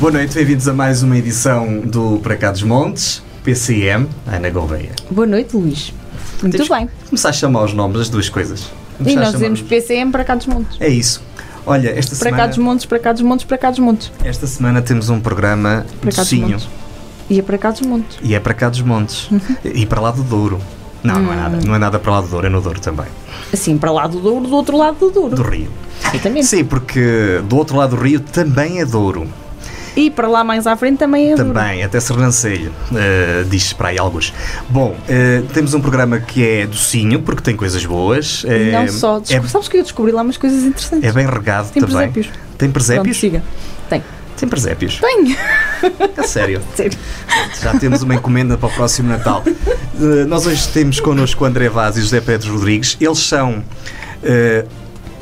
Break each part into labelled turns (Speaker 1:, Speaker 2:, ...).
Speaker 1: Boa noite, bem-vindos a mais uma edição do Para Cá dos Montes, PCM, Ana Gouveia.
Speaker 2: Boa noite, Luís. Muito
Speaker 1: Temos
Speaker 2: bem.
Speaker 1: que Começar a chamar os nomes das duas coisas. Começar
Speaker 2: E
Speaker 1: a
Speaker 2: nós
Speaker 1: chamar
Speaker 2: dizemos
Speaker 1: os-
Speaker 2: PCM para cá dos montes.
Speaker 1: É isso. Olha, esta
Speaker 2: Para cá dos
Speaker 1: semana,
Speaker 2: montes, para cá dos montes, para cá dos montes.
Speaker 1: esta semana temos um programa
Speaker 2: Para cá dos
Speaker 1: docinho
Speaker 2: montes. Uhum. E é para cá dos montes.
Speaker 1: e é para cá dos Montes e para lá do Douro. Não,
Speaker 2: Hum.
Speaker 1: não é nada, não é nada para lá do Douro, é no Douro também,
Speaker 2: Assim, para lá do Douro, do outro lado do Douro.
Speaker 1: do Rio.
Speaker 2: Exatamente.
Speaker 1: Sim, porque do outro lado do Rio também é Douro.
Speaker 2: E para lá mais à frente também é Douro.
Speaker 1: Também, até Sernancelho, eh, diz-se para aí alguns. Bom, eh, temos um programa que é docinho, porque tem coisas boas. eh,
Speaker 2: Não só.
Speaker 1: é,
Speaker 2: Desco- Sabes que eu descobri lá umas coisas interessantes.
Speaker 1: é bem regado
Speaker 2: Tem
Speaker 1: também.
Speaker 2: presépios.
Speaker 1: Tem
Speaker 2: Pronto,
Speaker 1: presépios?
Speaker 2: siga. Tem.
Speaker 1: Tem presépios.
Speaker 2: Tem.
Speaker 1: A sério.
Speaker 2: Sério.
Speaker 1: Já temos uma encomenda para o próximo Natal. Eh, nós hoje temos connosco o André Vaz e o José Pedro Rodrigues. Eles são eh,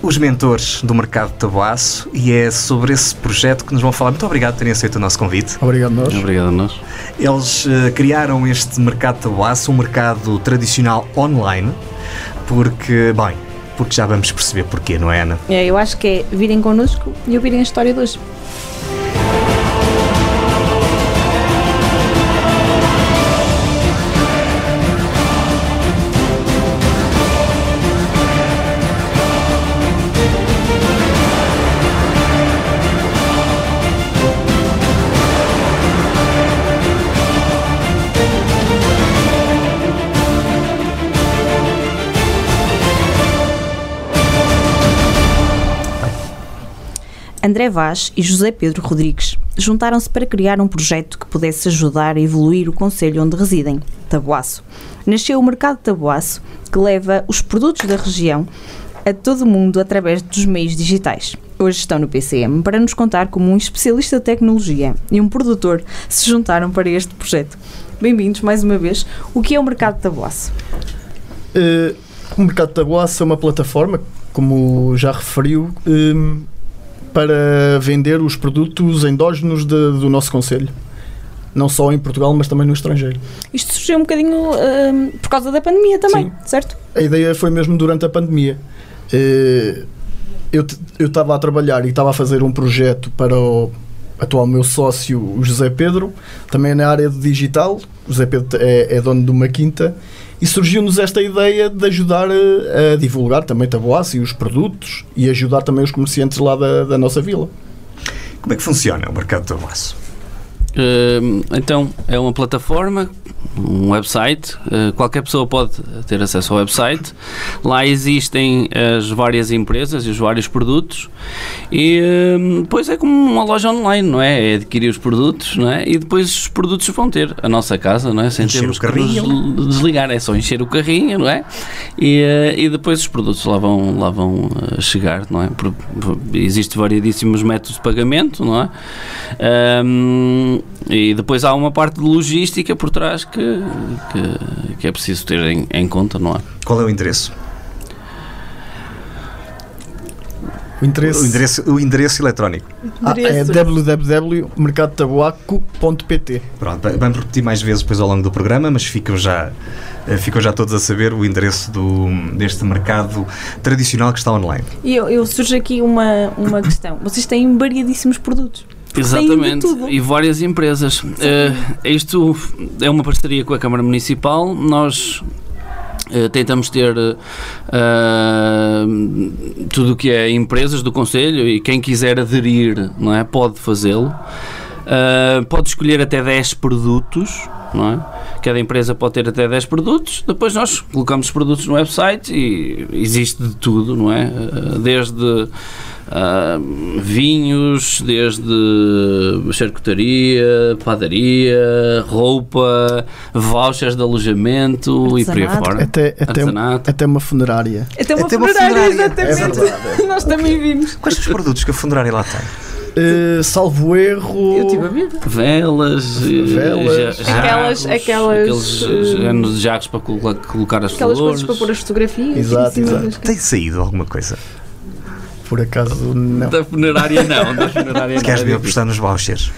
Speaker 1: os mentores do mercado de tabuaço e é sobre esse projeto que nos vão falar. Muito obrigado por terem aceito o nosso convite.
Speaker 3: Obrigado nós.
Speaker 4: Obrigado a nós.
Speaker 1: Eles eh, criaram este mercado de tabuaço, um mercado tradicional online, porque, bem, porque já vamos perceber porquê, não é, Ana?
Speaker 2: É, eu acho que é virem connosco e ouvirem a história de hoje. André Vaz e José Pedro Rodrigues juntaram-se para criar um projeto que pudesse ajudar a evoluir o concelho onde residem, Taboaço. Nasceu o Mercado de Taboaço, que leva os produtos da região a todo o mundo através dos meios digitais. Hoje estão no PCM para nos contar como um especialista de tecnologia e um produtor se juntaram para este projeto. Bem-vindos mais uma vez. O que é o Mercado de Taboaço?
Speaker 3: Eh, o mercado de tabuaço é uma plataforma, como já referiu, em, para vender os produtos endógenos de- do nosso Conselho. Não só em Portugal, mas também no estrangeiro.
Speaker 2: Isto surgiu um bocadinho hum, por causa da pandemia também,
Speaker 3: Sim.
Speaker 2: certo?
Speaker 3: A ideia foi mesmo durante a pandemia. Eh, eu t- eu estava a trabalhar e estava a fazer um projeto para o atual meu sócio, o José Pedro, também é na área do digital. O José Pedro é, é dono de uma quinta. E surgiu-nos esta ideia de ajudar eh, a divulgar também Taboaço e os produtos e ajudar também os comerciantes lá da, da nossa vila.
Speaker 1: Como é que funciona o mercado de tabuaço?
Speaker 4: Hum, então, é uma plataforma, um website, eh, qualquer pessoa pode ter acesso ao website. Lá existem as várias empresas e os vários produtos. E hum, depois é como uma loja online, não é? É adquirir os produtos, não é? E depois os produtos vão ter a nossa casa, não é? Sem
Speaker 1: Encher
Speaker 4: termos
Speaker 1: o
Speaker 4: que nos
Speaker 1: carrinho.
Speaker 4: l- desligar, é só encher o carrinho, não é? E, eh, e depois os produtos lá vão, lá vão eh, chegar, não é? Por, por, existe variedíssimos métodos de pagamento, não é? Ahm, e depois há uma parte de logística por trás que, que, que é preciso ter em, em conta, não é?
Speaker 1: Qual é o endereço?
Speaker 3: O interesse,
Speaker 1: O endereço, o endereço eletrónico.
Speaker 3: Ah, é www.mercadotabuaco.pt
Speaker 1: Pronto, va- vamos repetir mais vezes depois ao longo do programa, mas ficam já, eh, ficam já todos a saber o endereço do, deste mercado tradicional que está online.
Speaker 2: E eu, eu surge aqui uma, uma questão. Vocês têm variadíssimos produtos. Porque têm de
Speaker 4: Exatamente,
Speaker 2: tudo.
Speaker 4: e várias empresas. Eh, isto é uma parceria com a Câmara Municipal. Nós eh, tentamos ter eh, ah, tudo o que é empresas do Conselho e quem quiser aderir não é, pode fazê-lo. Ah, pode escolher até 10 produtos, não é? Cada empresa pode ter até 10 produtos. Depois nós colocamos os produtos no website e existe de tudo, não é? Ah, Desde ah, vinhos, desde charcutaria, padaria, roupa, vouchers de alojamento e por aí
Speaker 2: Artesanato.
Speaker 4: fora.
Speaker 3: Até, até,
Speaker 4: Artesanato.
Speaker 3: até uma funerária.
Speaker 2: Até uma
Speaker 1: Até uma
Speaker 2: funerária,
Speaker 1: funerária.
Speaker 2: exatamente.
Speaker 3: É verdade,
Speaker 2: Nós também vimos.
Speaker 1: Quais os produtos que a funerária lá tem?
Speaker 3: Eh, salvo erro.
Speaker 2: Eu tive a vida.
Speaker 4: Velas, eh,
Speaker 3: Velas.
Speaker 4: ja-
Speaker 2: Aquelas-
Speaker 4: jarros,
Speaker 2: aquelas,
Speaker 4: aqueles
Speaker 2: eh,
Speaker 4: géneros de jarros para colo- colocar as
Speaker 2: Aquelas coisas
Speaker 4: flores.
Speaker 2: para pôr as fotografias.
Speaker 3: Exato,
Speaker 2: assim, em cima
Speaker 3: exato.
Speaker 2: das-
Speaker 1: Tem saído alguma coisa?
Speaker 3: Por acaso, não.
Speaker 4: Da funerária não, da funerária não.
Speaker 1: Queres
Speaker 4: é
Speaker 1: ver
Speaker 4: difícil.
Speaker 1: apostar nos vouchers?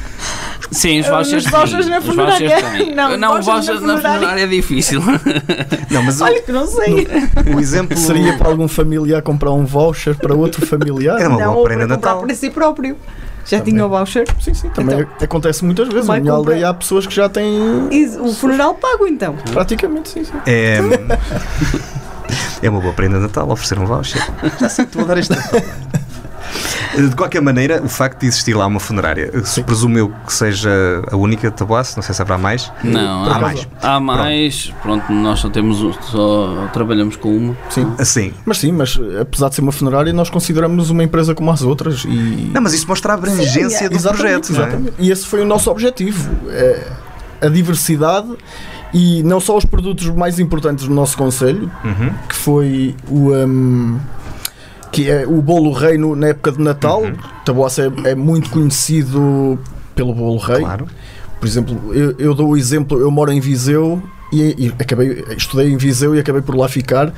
Speaker 4: Sim, os
Speaker 2: Eu-
Speaker 4: vouchers
Speaker 2: nos vouchers
Speaker 4: sim,
Speaker 2: na
Speaker 4: os
Speaker 2: funerária.
Speaker 4: vouchers sim.
Speaker 2: Não,
Speaker 4: não
Speaker 2: os
Speaker 4: os
Speaker 2: vouchers na
Speaker 4: vouchers na
Speaker 2: funerária.
Speaker 4: funerária é difícil.
Speaker 1: Não, mas o,
Speaker 2: Olha que não sei.
Speaker 1: o exemplo
Speaker 3: Seria para algum familiar comprar um voucher para outro familiar?
Speaker 1: Era é uma
Speaker 2: não,
Speaker 1: boa
Speaker 2: ou
Speaker 1: prenda de
Speaker 2: para comprar
Speaker 1: Natal.
Speaker 2: para si próprio. Já
Speaker 3: Também.
Speaker 2: tinha o voucher.
Speaker 3: Sim, sim, também
Speaker 1: então.
Speaker 3: acontece muitas vezes. Na
Speaker 2: vai
Speaker 3: minha
Speaker 2: comprar.
Speaker 3: aldeia há pessoas que já têm.
Speaker 2: E o funeral pago então.
Speaker 3: Praticamente, sim, sim.
Speaker 1: É, é uma boa prenda de Natal oferecer um voucher. Já sei que te vou dar este Natal. De qualquer maneira, o facto de existir lá uma funerária, eh, se presumo eu que seja a única de Taboaço, não sei se haverá mais.
Speaker 4: Não,
Speaker 1: Há
Speaker 4: há,
Speaker 1: mais.
Speaker 4: há mais. Pronto. nós só temos um- só trabalhamos com uma.
Speaker 3: sim.
Speaker 1: Assim.
Speaker 3: Mas sim, mas eh, apesar de ser uma funerária, nós consideramos uma empresa como as outras e.
Speaker 1: Não, mas isso mostra a abrangência do projeto, não é?
Speaker 3: exatamente. E esse foi o nosso objetivo. eh, a diversidade e não só os produtos mais importantes do nosso conselho,
Speaker 1: Uhum.
Speaker 3: que foi o. hum, que é o bolo rei no- na época de Natal.
Speaker 1: Uhum.
Speaker 3: Taboaça é, é muito conhecido pelo bolo rei.
Speaker 1: Claro.
Speaker 3: Por exemplo, eu, eu dou o exemplo, eu moro em Viseu e, e acabei, estudei em Viseu e acabei por lá ficar.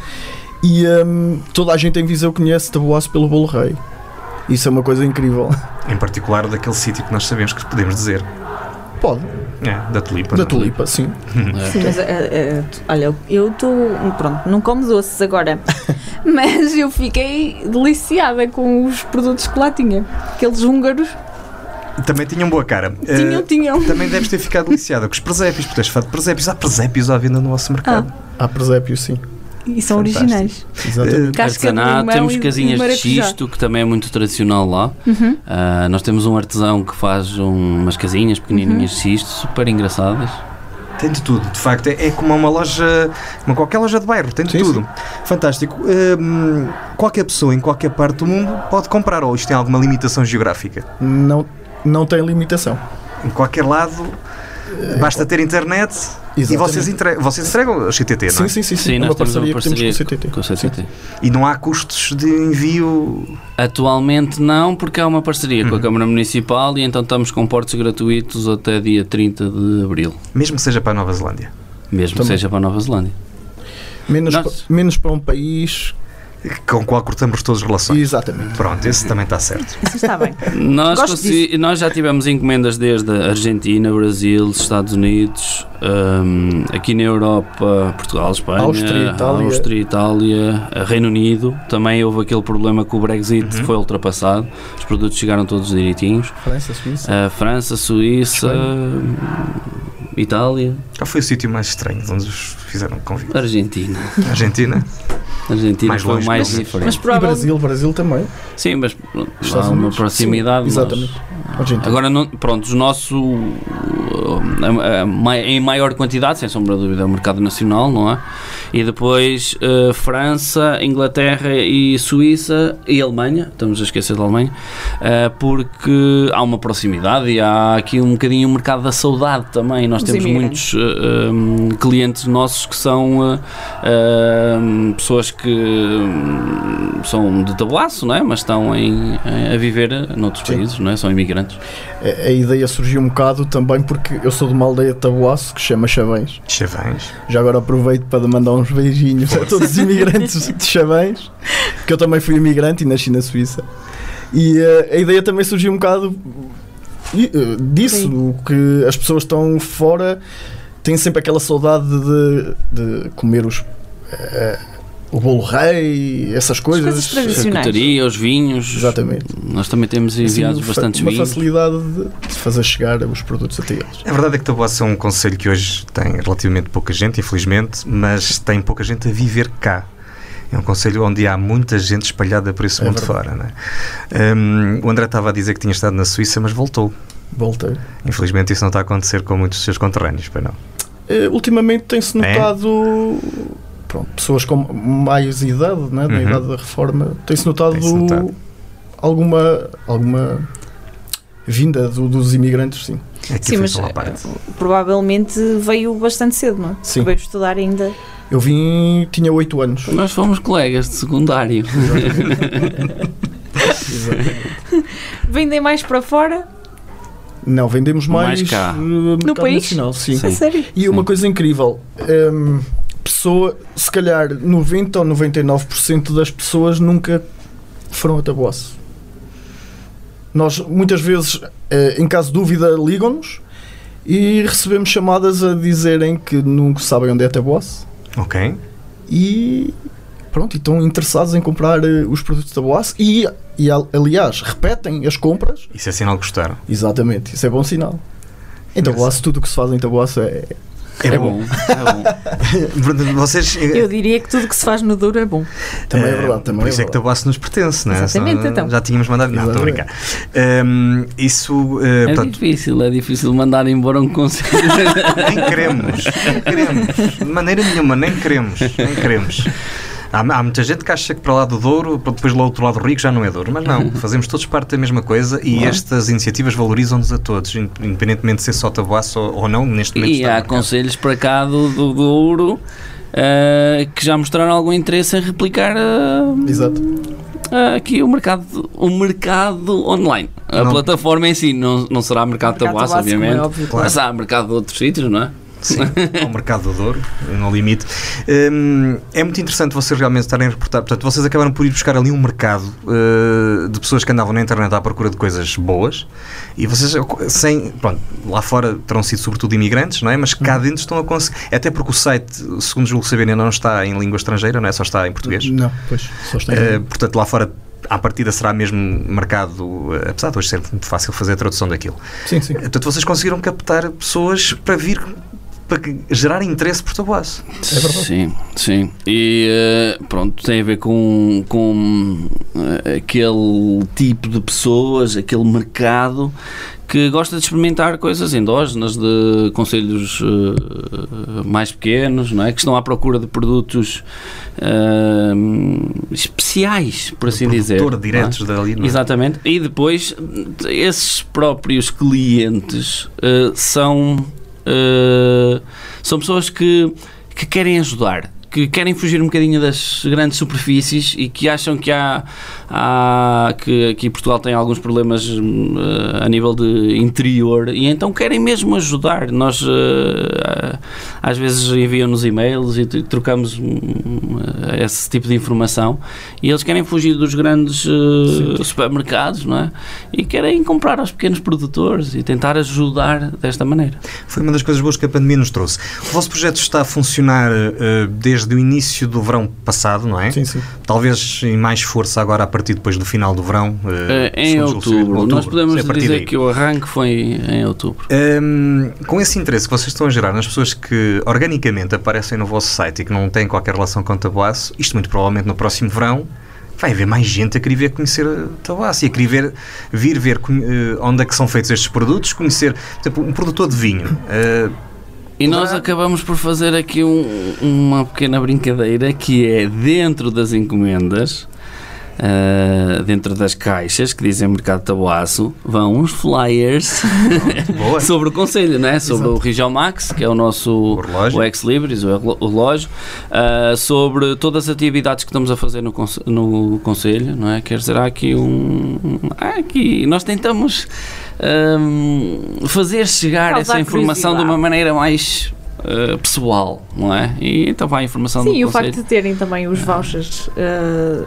Speaker 3: E hum, toda a gente em Viseu conhece Taboaço pelo Bolo Rei. Isso é uma coisa incrível.
Speaker 1: Em particular daquele sítio que nós sabemos que podemos dizer.
Speaker 3: Pode,
Speaker 1: É, da Tulipa. não
Speaker 3: da
Speaker 1: é?
Speaker 3: tulipa, sim.
Speaker 4: É.
Speaker 2: Sim, mas eh, eh, tu- olha, eu estou. Pronto, não como doces agora. mas eu fiquei deliciada com os produtos que lá tinha. Aqueles húngaros
Speaker 1: Também tinham boa cara.
Speaker 2: tinham,
Speaker 3: um
Speaker 1: Eh,
Speaker 2: tinham.
Speaker 1: Também deves ter ficado deliciada com os presépios, porque tens falado de presépios. Há presépios à venda no nosso mercado.
Speaker 3: Há presépio, sim.
Speaker 2: E são
Speaker 1: fantástico.
Speaker 2: originais.
Speaker 3: Exatamente.
Speaker 1: Eh,
Speaker 2: Casca de
Speaker 4: Artesanato,
Speaker 2: limão
Speaker 4: temos
Speaker 2: e- e
Speaker 4: casinhas de
Speaker 2: maracujá.
Speaker 4: xisto, que também é muito tradicional lá.
Speaker 2: Uhum.
Speaker 4: Ah, nós temos um artesão que faz um- umas casinhas pequenininhas
Speaker 2: Uhum.
Speaker 4: de xisto, super engraçadas.
Speaker 1: Tem de tudo, de facto. É, é como uma loja, como qualquer loja de bairro, tem de
Speaker 3: Sim,
Speaker 1: tudo. Fantástico. Hum, qualquer pessoa em qualquer parte do mundo pode comprar, ou isto tem alguma limitação geográfica.
Speaker 3: Não, não tem limitação.
Speaker 1: Em qualquer lado, basta ter internet e
Speaker 3: Eh, Exatamente.
Speaker 1: vocês, entre, vocês entregam a CTT, não
Speaker 3: Sim,
Speaker 1: é?
Speaker 3: sim, sim, sim.
Speaker 4: Sim,
Speaker 3: é
Speaker 4: nós
Speaker 3: uma
Speaker 4: temos
Speaker 3: parceria,
Speaker 4: uma
Speaker 3: que
Speaker 4: parceria
Speaker 3: temos com o CTT.
Speaker 4: com o CTT.
Speaker 1: E não há custos de envio.
Speaker 4: Atualmente não, porque há uma parceria
Speaker 3: Uhum.
Speaker 4: com a Câmara Municipal e então estamos com portos gratuitos até dia 30 de Abril,
Speaker 1: Mesmo que seja para a Nova Zelândia.
Speaker 4: mesmo que
Speaker 3: Também.
Speaker 4: seja para a Nova Zelândia.
Speaker 3: Menos,
Speaker 4: Nós-
Speaker 3: pa- menos para um país.
Speaker 1: Com o qual cortamos todos relações.
Speaker 3: Exatamente.
Speaker 1: Pronto, esse também está certo.
Speaker 2: Isso está bem.
Speaker 4: Nós,
Speaker 2: Gosto
Speaker 4: consegui- nós já tivemos encomendas desde a Argentina, Brasil, Estados Unidos, hum, aqui na Europa, Portugal, Espanha,
Speaker 3: Áustria, Itália.
Speaker 4: Áustria, Itália, Reino Unido. Também houve aquele problema que o Brexit
Speaker 3: Uhum.
Speaker 4: foi ultrapassado, os produtos chegaram todos direitinhos.
Speaker 3: França, Suíça.
Speaker 4: A França, Suíça, hum, Itália,
Speaker 1: Qual foi o sítio mais estranho de onde os fizeram convite?
Speaker 4: Argentina.
Speaker 1: Argentina?
Speaker 4: Argentina
Speaker 1: Mais
Speaker 4: foi
Speaker 1: longe,
Speaker 4: o mais
Speaker 1: pelo menos.
Speaker 2: Mas
Speaker 4: diferente.
Speaker 3: E
Speaker 2: provavelmente.
Speaker 3: Brasil, Brasil também.
Speaker 4: Sim, mas pronto, há
Speaker 3: Estados
Speaker 4: uma
Speaker 3: Unidos.
Speaker 4: proximidade.
Speaker 3: Sim,
Speaker 4: mas-
Speaker 3: exatamente. Argentina.
Speaker 4: Agora, não- pronto, o nosso uh, ma- em maior quantidade, sem sombra de dúvida, é o mercado nacional, não é? E depois uh, França, Inglaterra e Suíça e Alemanha, estamos a esquecer da Alemanha, uh, porque há uma proximidade e há aqui um bocadinho o mercado da saudade também. Nós
Speaker 2: Dos
Speaker 4: temos
Speaker 2: imigrantes.
Speaker 4: muitos uh, um, clientes nossos que são uh, um, pessoas que um, são de tabuaço, não é? Mas estão em- em- a viver noutros
Speaker 3: Sim.
Speaker 4: países, não é? São imigrantes.
Speaker 3: A, a ideia surgiu um bocado também porque eu sou de uma aldeia de Taboaço que se chama Chavães.
Speaker 1: Chavães.
Speaker 3: Já agora aproveito para mandar uns beijinhos a todos os imigrantes de Chavães, que eu também fui imigrante e nasci na Suíça. E eh, a ideia também surgiu um bocado e, eh, disso, que as pessoas estão fora têm sempre aquela saudade de, de comer os, eh, o bolo rei, essas coisas.
Speaker 2: coisas tradicionais.
Speaker 4: charcutaria, os vinhos.
Speaker 3: Exatamente.
Speaker 4: Nós também temos
Speaker 3: Assim,
Speaker 4: enviado
Speaker 3: fa-
Speaker 4: bastantes
Speaker 3: uma
Speaker 4: vinhos.
Speaker 3: facilidade de- de fazer chegar os produtos até eles.
Speaker 1: A verdade é que Taboaço é um conselho que hoje tem relativamente pouca gente, infelizmente, mas tem pouca gente a viver cá. É um conselho onde há muita gente espalhada por esse
Speaker 3: É
Speaker 1: mundo
Speaker 3: verdade.
Speaker 1: fora. Né? o André estava a dizer que tinha estado na Suíça, mas voltou.
Speaker 3: Voltei.
Speaker 1: Infelizmente isso não está a acontecer com muitos dos seus conterrâneos, pois não?
Speaker 3: Eh, ultimamente tem-se
Speaker 1: É?
Speaker 3: notado pronto, pessoas com mais idade, né, da
Speaker 1: Uhum.
Speaker 3: idade da reforma, tem-se notado,
Speaker 1: Tem-se notado.
Speaker 3: alguma alguma vinda do- dos imigrantes, sim.
Speaker 1: Aqui
Speaker 2: Sim,
Speaker 1: É foi
Speaker 2: mas
Speaker 1: pela
Speaker 2: eh,
Speaker 1: parte.
Speaker 2: provavelmente veio bastante cedo, não é?
Speaker 3: Sim.
Speaker 2: Veio estudar ainda.
Speaker 3: Eu vim, tinha 8 anos.
Speaker 4: Nós fomos colegas de secundário.
Speaker 2: Vendem mais para fora?
Speaker 3: Não, vendemos mais,
Speaker 4: Mais cá.
Speaker 3: eh, no mercado
Speaker 2: país?
Speaker 3: nacional, sim.
Speaker 2: A
Speaker 4: Sim.
Speaker 2: sério?
Speaker 3: E uma
Speaker 4: Sim.
Speaker 3: coisa incrível, hum, pessoa, se calhar 90 ou 99% das pessoas nunca foram a Taboaço. Nós muitas vezes, eh, em caso de dúvida, ligam-nos e recebemos
Speaker 2: eh,
Speaker 3: chamadas a dizerem que nunca sabem onde é Taboaço
Speaker 1: Ok.
Speaker 3: e pronto, e estão interessados em comprar eh, os produtos da Boas e, e, al- aliás, repetem as compras.
Speaker 1: Isso é sinal que gostaram.
Speaker 3: Exatamente, isso é bom sinal. Em
Speaker 1: Engraçado.
Speaker 3: Taboaço, tudo o que se faz em Taboaço é.
Speaker 4: É bom, é bom.
Speaker 1: Portanto, Vocês. eh,
Speaker 2: Eu diria que tudo que se faz no Douro é bom.
Speaker 3: Também é
Speaker 1: eh,
Speaker 3: verdade, também
Speaker 1: Por
Speaker 3: é
Speaker 1: isso é que
Speaker 3: verdade.
Speaker 1: Tabasso nos pertence, não é?
Speaker 2: Exatamente,
Speaker 1: Senão,
Speaker 2: então.
Speaker 1: Já tínhamos mandado. Não, estou a brincar. Ehm, isso, eh,
Speaker 4: É
Speaker 1: portanto,
Speaker 4: difícil, é difícil mandar embora um conselho.
Speaker 1: nem queremos. Nem queremos. De maneira nenhuma, nem queremos. Nem queremos. Há, há muita gente que acha que para lá do Douro, para depois lá outro lado do Rico, já não é Douro. Mas não, fazemos todos parte da mesma coisa e estas iniciativas valorizam-nos a todos, in- independentemente de ser só tabuaço ou, ou não, neste momento.
Speaker 4: E
Speaker 1: está no
Speaker 4: há
Speaker 1: mercado.
Speaker 4: conselhos para cá do, do, do Ouro eh, que já mostraram algum interesse em replicar eh,
Speaker 3: Exato.
Speaker 4: eh, aqui o mercado, o mercado online. A
Speaker 1: Não.
Speaker 4: plataforma em si não, não será mercado
Speaker 2: Mercado
Speaker 4: tabuaço,
Speaker 2: Tabuaço, como é
Speaker 4: obviamente.
Speaker 2: óbvio,
Speaker 1: claro.
Speaker 4: Mas há mercado de outros sítios, não é?
Speaker 1: Sim, ao mercado do Douro, no limite. Hum, é muito interessante vocês realmente estarem a reportar. Portanto, vocês acabaram por ir buscar ali um mercado uh, de pessoas que andavam na internet à procura de coisas boas e vocês, sem. Pronto, lá fora terão sido sobretudo imigrantes, não é? Mas cá dentro estão a conseguir. é Até porque o site, segundo julgo saberem, não está em língua estrangeira, não é? Só está em português.
Speaker 3: Não, pois, só está
Speaker 1: Uh, portanto, lá fora. À partida será mesmo mercado, uh, apesar de hoje ser muito fácil fazer a tradução daquilo.
Speaker 3: Sim, sim.
Speaker 1: Portanto, vocês conseguiram captar pessoas para vir, para que- gerar interesse por Tabuaço.
Speaker 3: verdade.
Speaker 4: Sim, sim. E eh, pronto, tem a ver com, com eh, aquele tipo de pessoas, aquele mercado que gosta de experimentar coisas endógenas, de conselhos eh, mais pequenos, não é? Que estão à procura de produtos eh, especiais, por assim dizer.
Speaker 1: Produtor
Speaker 4: não é?
Speaker 1: diretos dali, não é?
Speaker 4: Exatamente. E depois, esses próprios clientes eh, são, eh, são pessoas que, que querem ajudar. Que querem fugir um bocadinho das grandes superfícies e que acham que há, há que aqui Portugal tem alguns problemas hum, eh, a nível de interior e então querem mesmo ajudar. Nós eh, às vezes enviam-nos e-mails e t- trocamos hum, esse tipo de informação e eles querem fugir dos grandes eh, supermercados, não é? E querem comprar aos pequenos produtores e tentar ajudar desta maneira.
Speaker 1: Foi uma das coisas boas que a pandemia nos trouxe. O vosso projeto está a funcionar eh, desde o início do verão passado, não é?
Speaker 3: Sim, sim.
Speaker 1: Talvez em mais força agora a partir depois do final do verão. eh,
Speaker 4: Eh, em
Speaker 1: segundo julgo,
Speaker 4: outubro, nós podemos
Speaker 1: É a partir
Speaker 4: dizer
Speaker 1: daí.
Speaker 4: que o arranque foi em outubro.
Speaker 1: Hum, com esse interesse que vocês estão a gerar nas pessoas que organicamente aparecem no vosso site e que não têm qualquer relação com o Tabuaço, isto muito provavelmente no próximo verão vai haver mais gente a querer ver conhecer eh, Tabuaço e a querer ver, vir ver conhe- eh, onde é que são feitos estes produtos, conhecer, por exemplo, um produtor de vinho. eh,
Speaker 4: E nós acabamos por fazer aqui um- uma pequena brincadeira que é dentro das encomendas, ah, dentro das caixas que dizem Mercado Tabuaço, vão uns flyers
Speaker 1: boa.
Speaker 4: sobre o Conselho, não é? sobre o Região Max, que é o nosso
Speaker 1: relógio.
Speaker 4: o Ex Libris, o relo- o relógio, ah, sobre todas as atividades que estamos a fazer no, conse- no Conselho, não é? Quer dizer, há aqui um. Há aqui. Nós tentamos ahm, fazer chegar
Speaker 2: Causar
Speaker 4: essa informação de
Speaker 2: curiosidade.
Speaker 4: uma maneira mais ah, pessoal, não é? E então vai a informação
Speaker 2: Sim, e
Speaker 4: do
Speaker 2: o facto
Speaker 4: Conselho.
Speaker 2: de terem também os vouchers ah,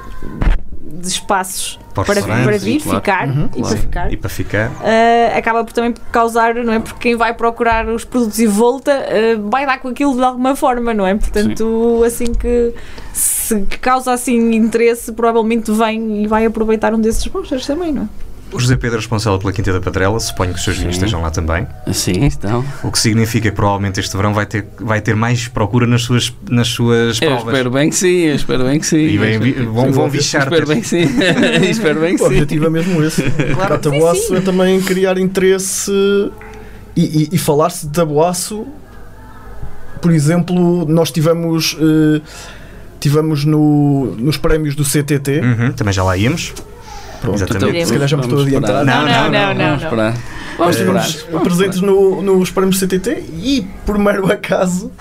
Speaker 2: de espaços
Speaker 1: Para
Speaker 2: para,
Speaker 1: restaurantes,
Speaker 2: para
Speaker 1: sim,
Speaker 2: vir,
Speaker 4: claro.
Speaker 2: ficar
Speaker 3: Uhum,
Speaker 2: e
Speaker 4: claro.
Speaker 2: para ficar.
Speaker 1: E para ficar.
Speaker 2: ah, acaba por também por causar, não é? Porque quem vai procurar os produtos e volta ah, vai dar com aquilo de alguma forma, não é? Portanto, assim que se que causa assim interesse, provavelmente vem e vai aproveitar um desses vouchers também, não é?
Speaker 1: O José Pedro é responsável pela Quinta da Padrela, suponho que os seus vinhos
Speaker 4: Sim.
Speaker 1: estejam lá também.
Speaker 4: Sim, então.
Speaker 1: O que significa que provavelmente este verão vai ter, vai ter mais procura nas suas, nas suas
Speaker 4: Eu
Speaker 1: provas.
Speaker 4: espero bem que sim, eu espero bem que sim.
Speaker 1: E bem,
Speaker 4: Eu
Speaker 1: vi-
Speaker 4: espero-
Speaker 1: vão, vão
Speaker 4: eu
Speaker 1: bichar
Speaker 4: Espero bem que sim. espero bem que
Speaker 3: O
Speaker 4: sim.
Speaker 3: objetivo é mesmo esse. Claro, tabuaço é também criar interesse e, e- e falar-se de tabuaço. Por exemplo, nós tivemos, eh, tivemos no- nos prémios do CTT.
Speaker 1: Uhum, também já lá íamos.
Speaker 3: Pronto.
Speaker 1: Exatamente.
Speaker 3: Se calhar já me estou a
Speaker 4: Vamos
Speaker 3: adiantar.
Speaker 4: esperar.
Speaker 1: Não, não, não,
Speaker 4: Vamos esperar. Vamos
Speaker 3: Nós
Speaker 4: esperar.
Speaker 3: Eh, tivemos presentes no, nos prémios do CTT e, por mero acaso,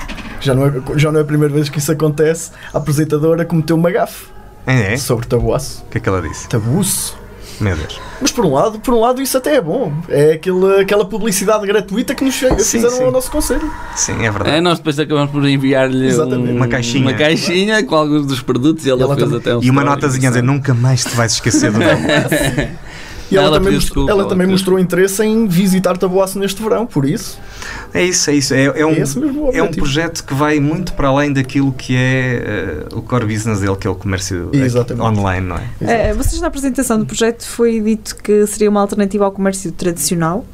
Speaker 3: já não, é, já não é a primeira vez que isso acontece, a apresentadora cometeu uma gafe
Speaker 1: É, é?
Speaker 3: sobre tabuaço.
Speaker 1: O que é que ela disse?
Speaker 3: Tabuço.
Speaker 1: Meu Deus.
Speaker 3: Mas por um lado, por um lado isso até é bom. É aquela, aquela publicidade gratuita que nos fe-
Speaker 1: Sim,
Speaker 3: fizeram
Speaker 1: sim.
Speaker 3: ao nosso conselho.
Speaker 1: Sim, é verdade.
Speaker 4: É, nós depois acabamos por enviar-lhe
Speaker 3: Exatamente.
Speaker 4: um-
Speaker 1: Uma caixinha.
Speaker 4: uma caixinha com alguns dos produtos e ela,
Speaker 3: E ela
Speaker 4: fez
Speaker 3: também-
Speaker 4: até um
Speaker 1: E uma
Speaker 4: story,
Speaker 1: notazinha a dizer,
Speaker 4: sabe?
Speaker 1: nunca mais te vais esquecer do nome.
Speaker 3: E E ela,
Speaker 4: Ela
Speaker 3: também,
Speaker 4: pediu
Speaker 3: mostrou-
Speaker 4: desculpa,
Speaker 3: ela
Speaker 4: ela
Speaker 3: também
Speaker 4: pediu-
Speaker 3: mostrou interesse em visitar Taboaço neste verão, por isso.
Speaker 1: É isso, é isso. É, é um,
Speaker 3: É esse
Speaker 1: é
Speaker 3: mesmo o
Speaker 1: um
Speaker 3: objetivo.
Speaker 1: projeto que vai muito para além daquilo que é eh, o core business dele, que é o comércio eh,
Speaker 3: Exatamente.
Speaker 1: online, não é?
Speaker 2: Eh, vocês na apresentação do projeto foi dito que seria uma alternativa ao comércio tradicional,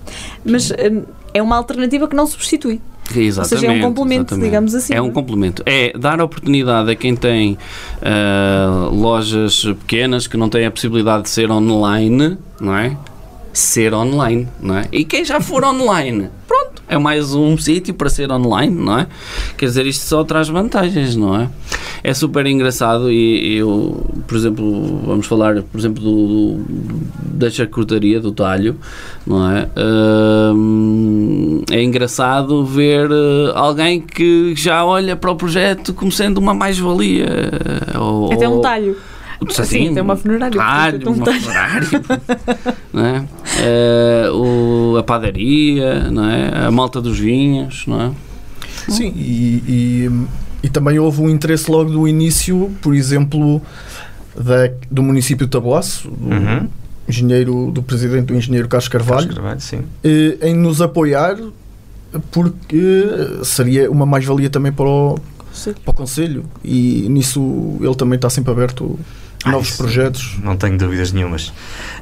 Speaker 2: mas eh, é uma alternativa que não substitui.
Speaker 4: Exatamente.
Speaker 2: seja, é um complemento,
Speaker 4: exatamente.
Speaker 2: digamos assim,
Speaker 4: É um
Speaker 2: não é?
Speaker 4: complemento. É dar oportunidade a quem tem ah, lojas pequenas que não têm a possibilidade de ser online, não é? Ser online, não é? E quem já for online, pronto, é mais um sítio para ser online, não é? Quer dizer, isto só traz vantagens, não é? É super engraçado e eu, por exemplo, vamos falar, por exemplo, do, do- da charcutaria, do talho, não é? Hum, é engraçado ver eh, alguém que já olha para o projeto como sendo uma mais-valia. eh, Ou,
Speaker 2: É até um
Speaker 4: ou-
Speaker 2: talho.
Speaker 4: Sim,
Speaker 2: Sim, Assim, tem uma funerária,
Speaker 4: Talho,
Speaker 2: portanto, um
Speaker 4: assim, uma
Speaker 2: talho.
Speaker 4: funerária. não é? Eh, o, a padaria, não é? A malta dos vinhos, não é?
Speaker 3: Sim, e, e, e também houve um interesse logo do início, por exemplo, da, do município de Taboaço, do,
Speaker 1: Uhum.
Speaker 3: engenheiro, do presidente do engenheiro Carlos
Speaker 1: Carlos
Speaker 3: Carvalho,
Speaker 1: Carvalho, sim.
Speaker 3: eh, em nos apoiar, porque seria uma mais-valia também para o, para o Conselho, e nisso ele também está sempre aberto a
Speaker 1: Ah,
Speaker 3: novos
Speaker 1: isso.
Speaker 3: projetos.
Speaker 1: Não tenho dúvidas nenhumas.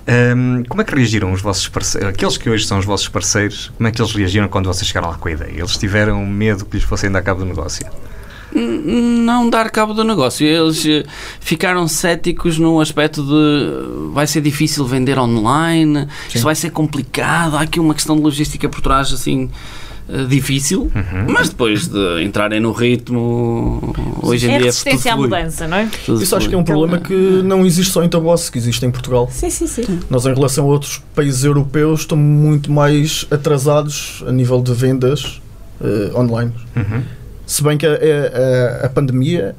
Speaker 1: Ahm, como é que reagiram os vossos parceiros, aqueles que hoje são os vossos parceiros, como é que eles reagiram quando vocês chegaram lá com a ideia? Eles tiveram medo que lhes fossem dar cabo do negócio?
Speaker 4: N- não dar cabo do negócio. Eles eh, ficaram céticos no aspecto de eh, vai ser difícil vender online, isto vai ser complicado, há aqui uma questão de logística por trás assim eh, difícil,
Speaker 3: Uhum.
Speaker 4: mas depois de entrarem no ritmo, hoje em
Speaker 2: é
Speaker 4: dia
Speaker 2: resistência à
Speaker 4: tudo flui.
Speaker 2: mudança, não é?
Speaker 4: Tudo
Speaker 3: Isso
Speaker 4: flui.
Speaker 3: acho que é um problema
Speaker 1: Então,
Speaker 3: que não existe só em Taboaço, que existe em Portugal.
Speaker 2: Sim, sim, sim.
Speaker 3: Nós, em relação a outros países europeus, estamos muito mais atrasados a nível de vendas eh, online.
Speaker 1: Uhum.
Speaker 3: Se bem que a, é, a- a- a pandemia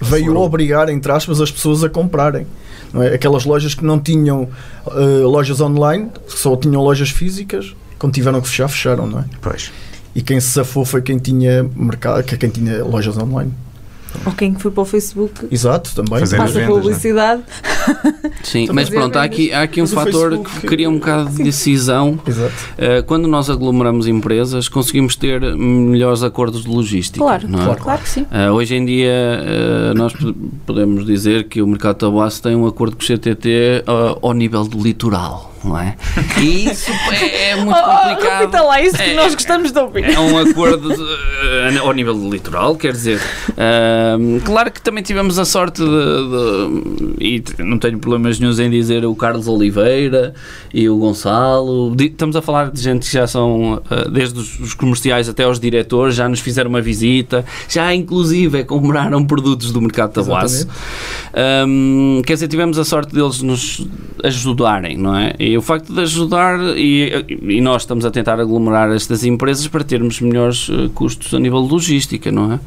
Speaker 3: veio
Speaker 1: Foram.
Speaker 3: obrigar, entre aspas, as pessoas a comprarem. não é? Aquelas lojas que não tinham eh, lojas online, que só tinham lojas físicas, quando tiveram que fechar, fecharam, não é?
Speaker 1: Pois.
Speaker 3: E quem se safou foi quem tinha mercado, que é quem tinha lojas online.
Speaker 2: Ou quem foi para o Facebook
Speaker 3: Exato, também.
Speaker 1: Fazer
Speaker 2: passa
Speaker 1: vendas,
Speaker 2: publicidade.
Speaker 4: Sim,
Speaker 3: Estamos
Speaker 4: mas
Speaker 3: Então, a ver
Speaker 4: pronto, há aqui, há aqui um
Speaker 3: Mas o
Speaker 4: fator
Speaker 3: Facebook-
Speaker 4: que cria um bocado de decisão.
Speaker 3: Exato.
Speaker 4: Eh, Quando nós aglomeramos empresas, conseguimos ter melhores acordos de logística.
Speaker 2: Claro,
Speaker 4: não é?
Speaker 2: claro, que sim.
Speaker 4: Ah, hoje em dia, ah, nós pod- podemos dizer que o mercado de tabaço tem um acordo com o CTT ah, ao nível do litoral, não é? E isso é
Speaker 3: Oh,
Speaker 4: muito complicado.
Speaker 2: Oh, repita lá isso que
Speaker 4: É,
Speaker 2: nós gostamos de ouvir.
Speaker 4: É um acordo eh, ao nível do litoral, quer dizer. ahm, claro que também tivemos a sorte de, de- E t- não tenho problemas nenhum em dizer o Carlos Oliveira e o Gonçalo. Di- Estamos a falar de gente que já são, ah, desde os os comerciais até aos diretores, já nos fizeram uma visita, já inclusive é compraram produtos do mercado de tabuaço. Hum, quer dizer, tivemos a sorte deles nos ajudarem, não é? E o facto de ajudar, e, e nós estamos a tentar aglomerar estas empresas para termos melhores eh, custos a nível de logística, não é?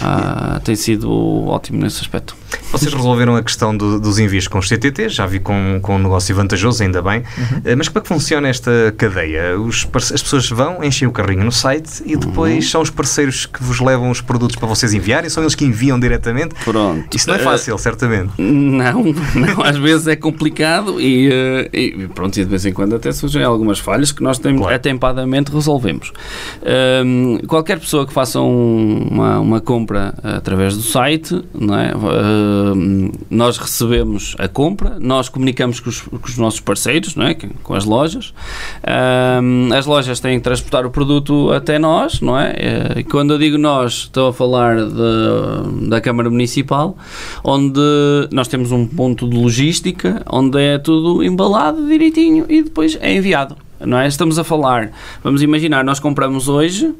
Speaker 4: Ah, tem sido ótimo nesse aspecto.
Speaker 1: Vocês resolveram a questão do- dos envios com os CTT, já vi com, com um negócio vantajoso, ainda bem.
Speaker 4: Uhum.
Speaker 1: Eh, Mas como é que funciona esta cadeia? Os parce- as pessoas vão, enchem o carrinho no site
Speaker 4: Uhum.
Speaker 1: e depois são os parceiros que vos levam os produtos para vocês enviarem, são eles que enviam diretamente.
Speaker 4: Pronto.
Speaker 1: Isso não é
Speaker 4: Eh,
Speaker 1: fácil, certamente.
Speaker 4: Não, não, às vezes é complicado e, eh, e pronto, e de vez em quando até surgem algumas falhas que nós temos,
Speaker 1: Claro.
Speaker 4: atempadamente resolvemos. Hum, qualquer pessoa que faça um- uma, uma compra através do site, não é? Hum, nós recebemos a compra, nós comunicamos com os, com os nossos parceiros, não é? Que- com as lojas. Hum, as lojas têm que transportar o produto até nós, não é? Eh, Quando eu digo nós, estou a falar de- da Câmara Municipal, onde nós temos um ponto de logística, onde é tudo embalado direitinho e depois é enviado. Não é? Estamos a falar, vamos imaginar, nós compramos hoje,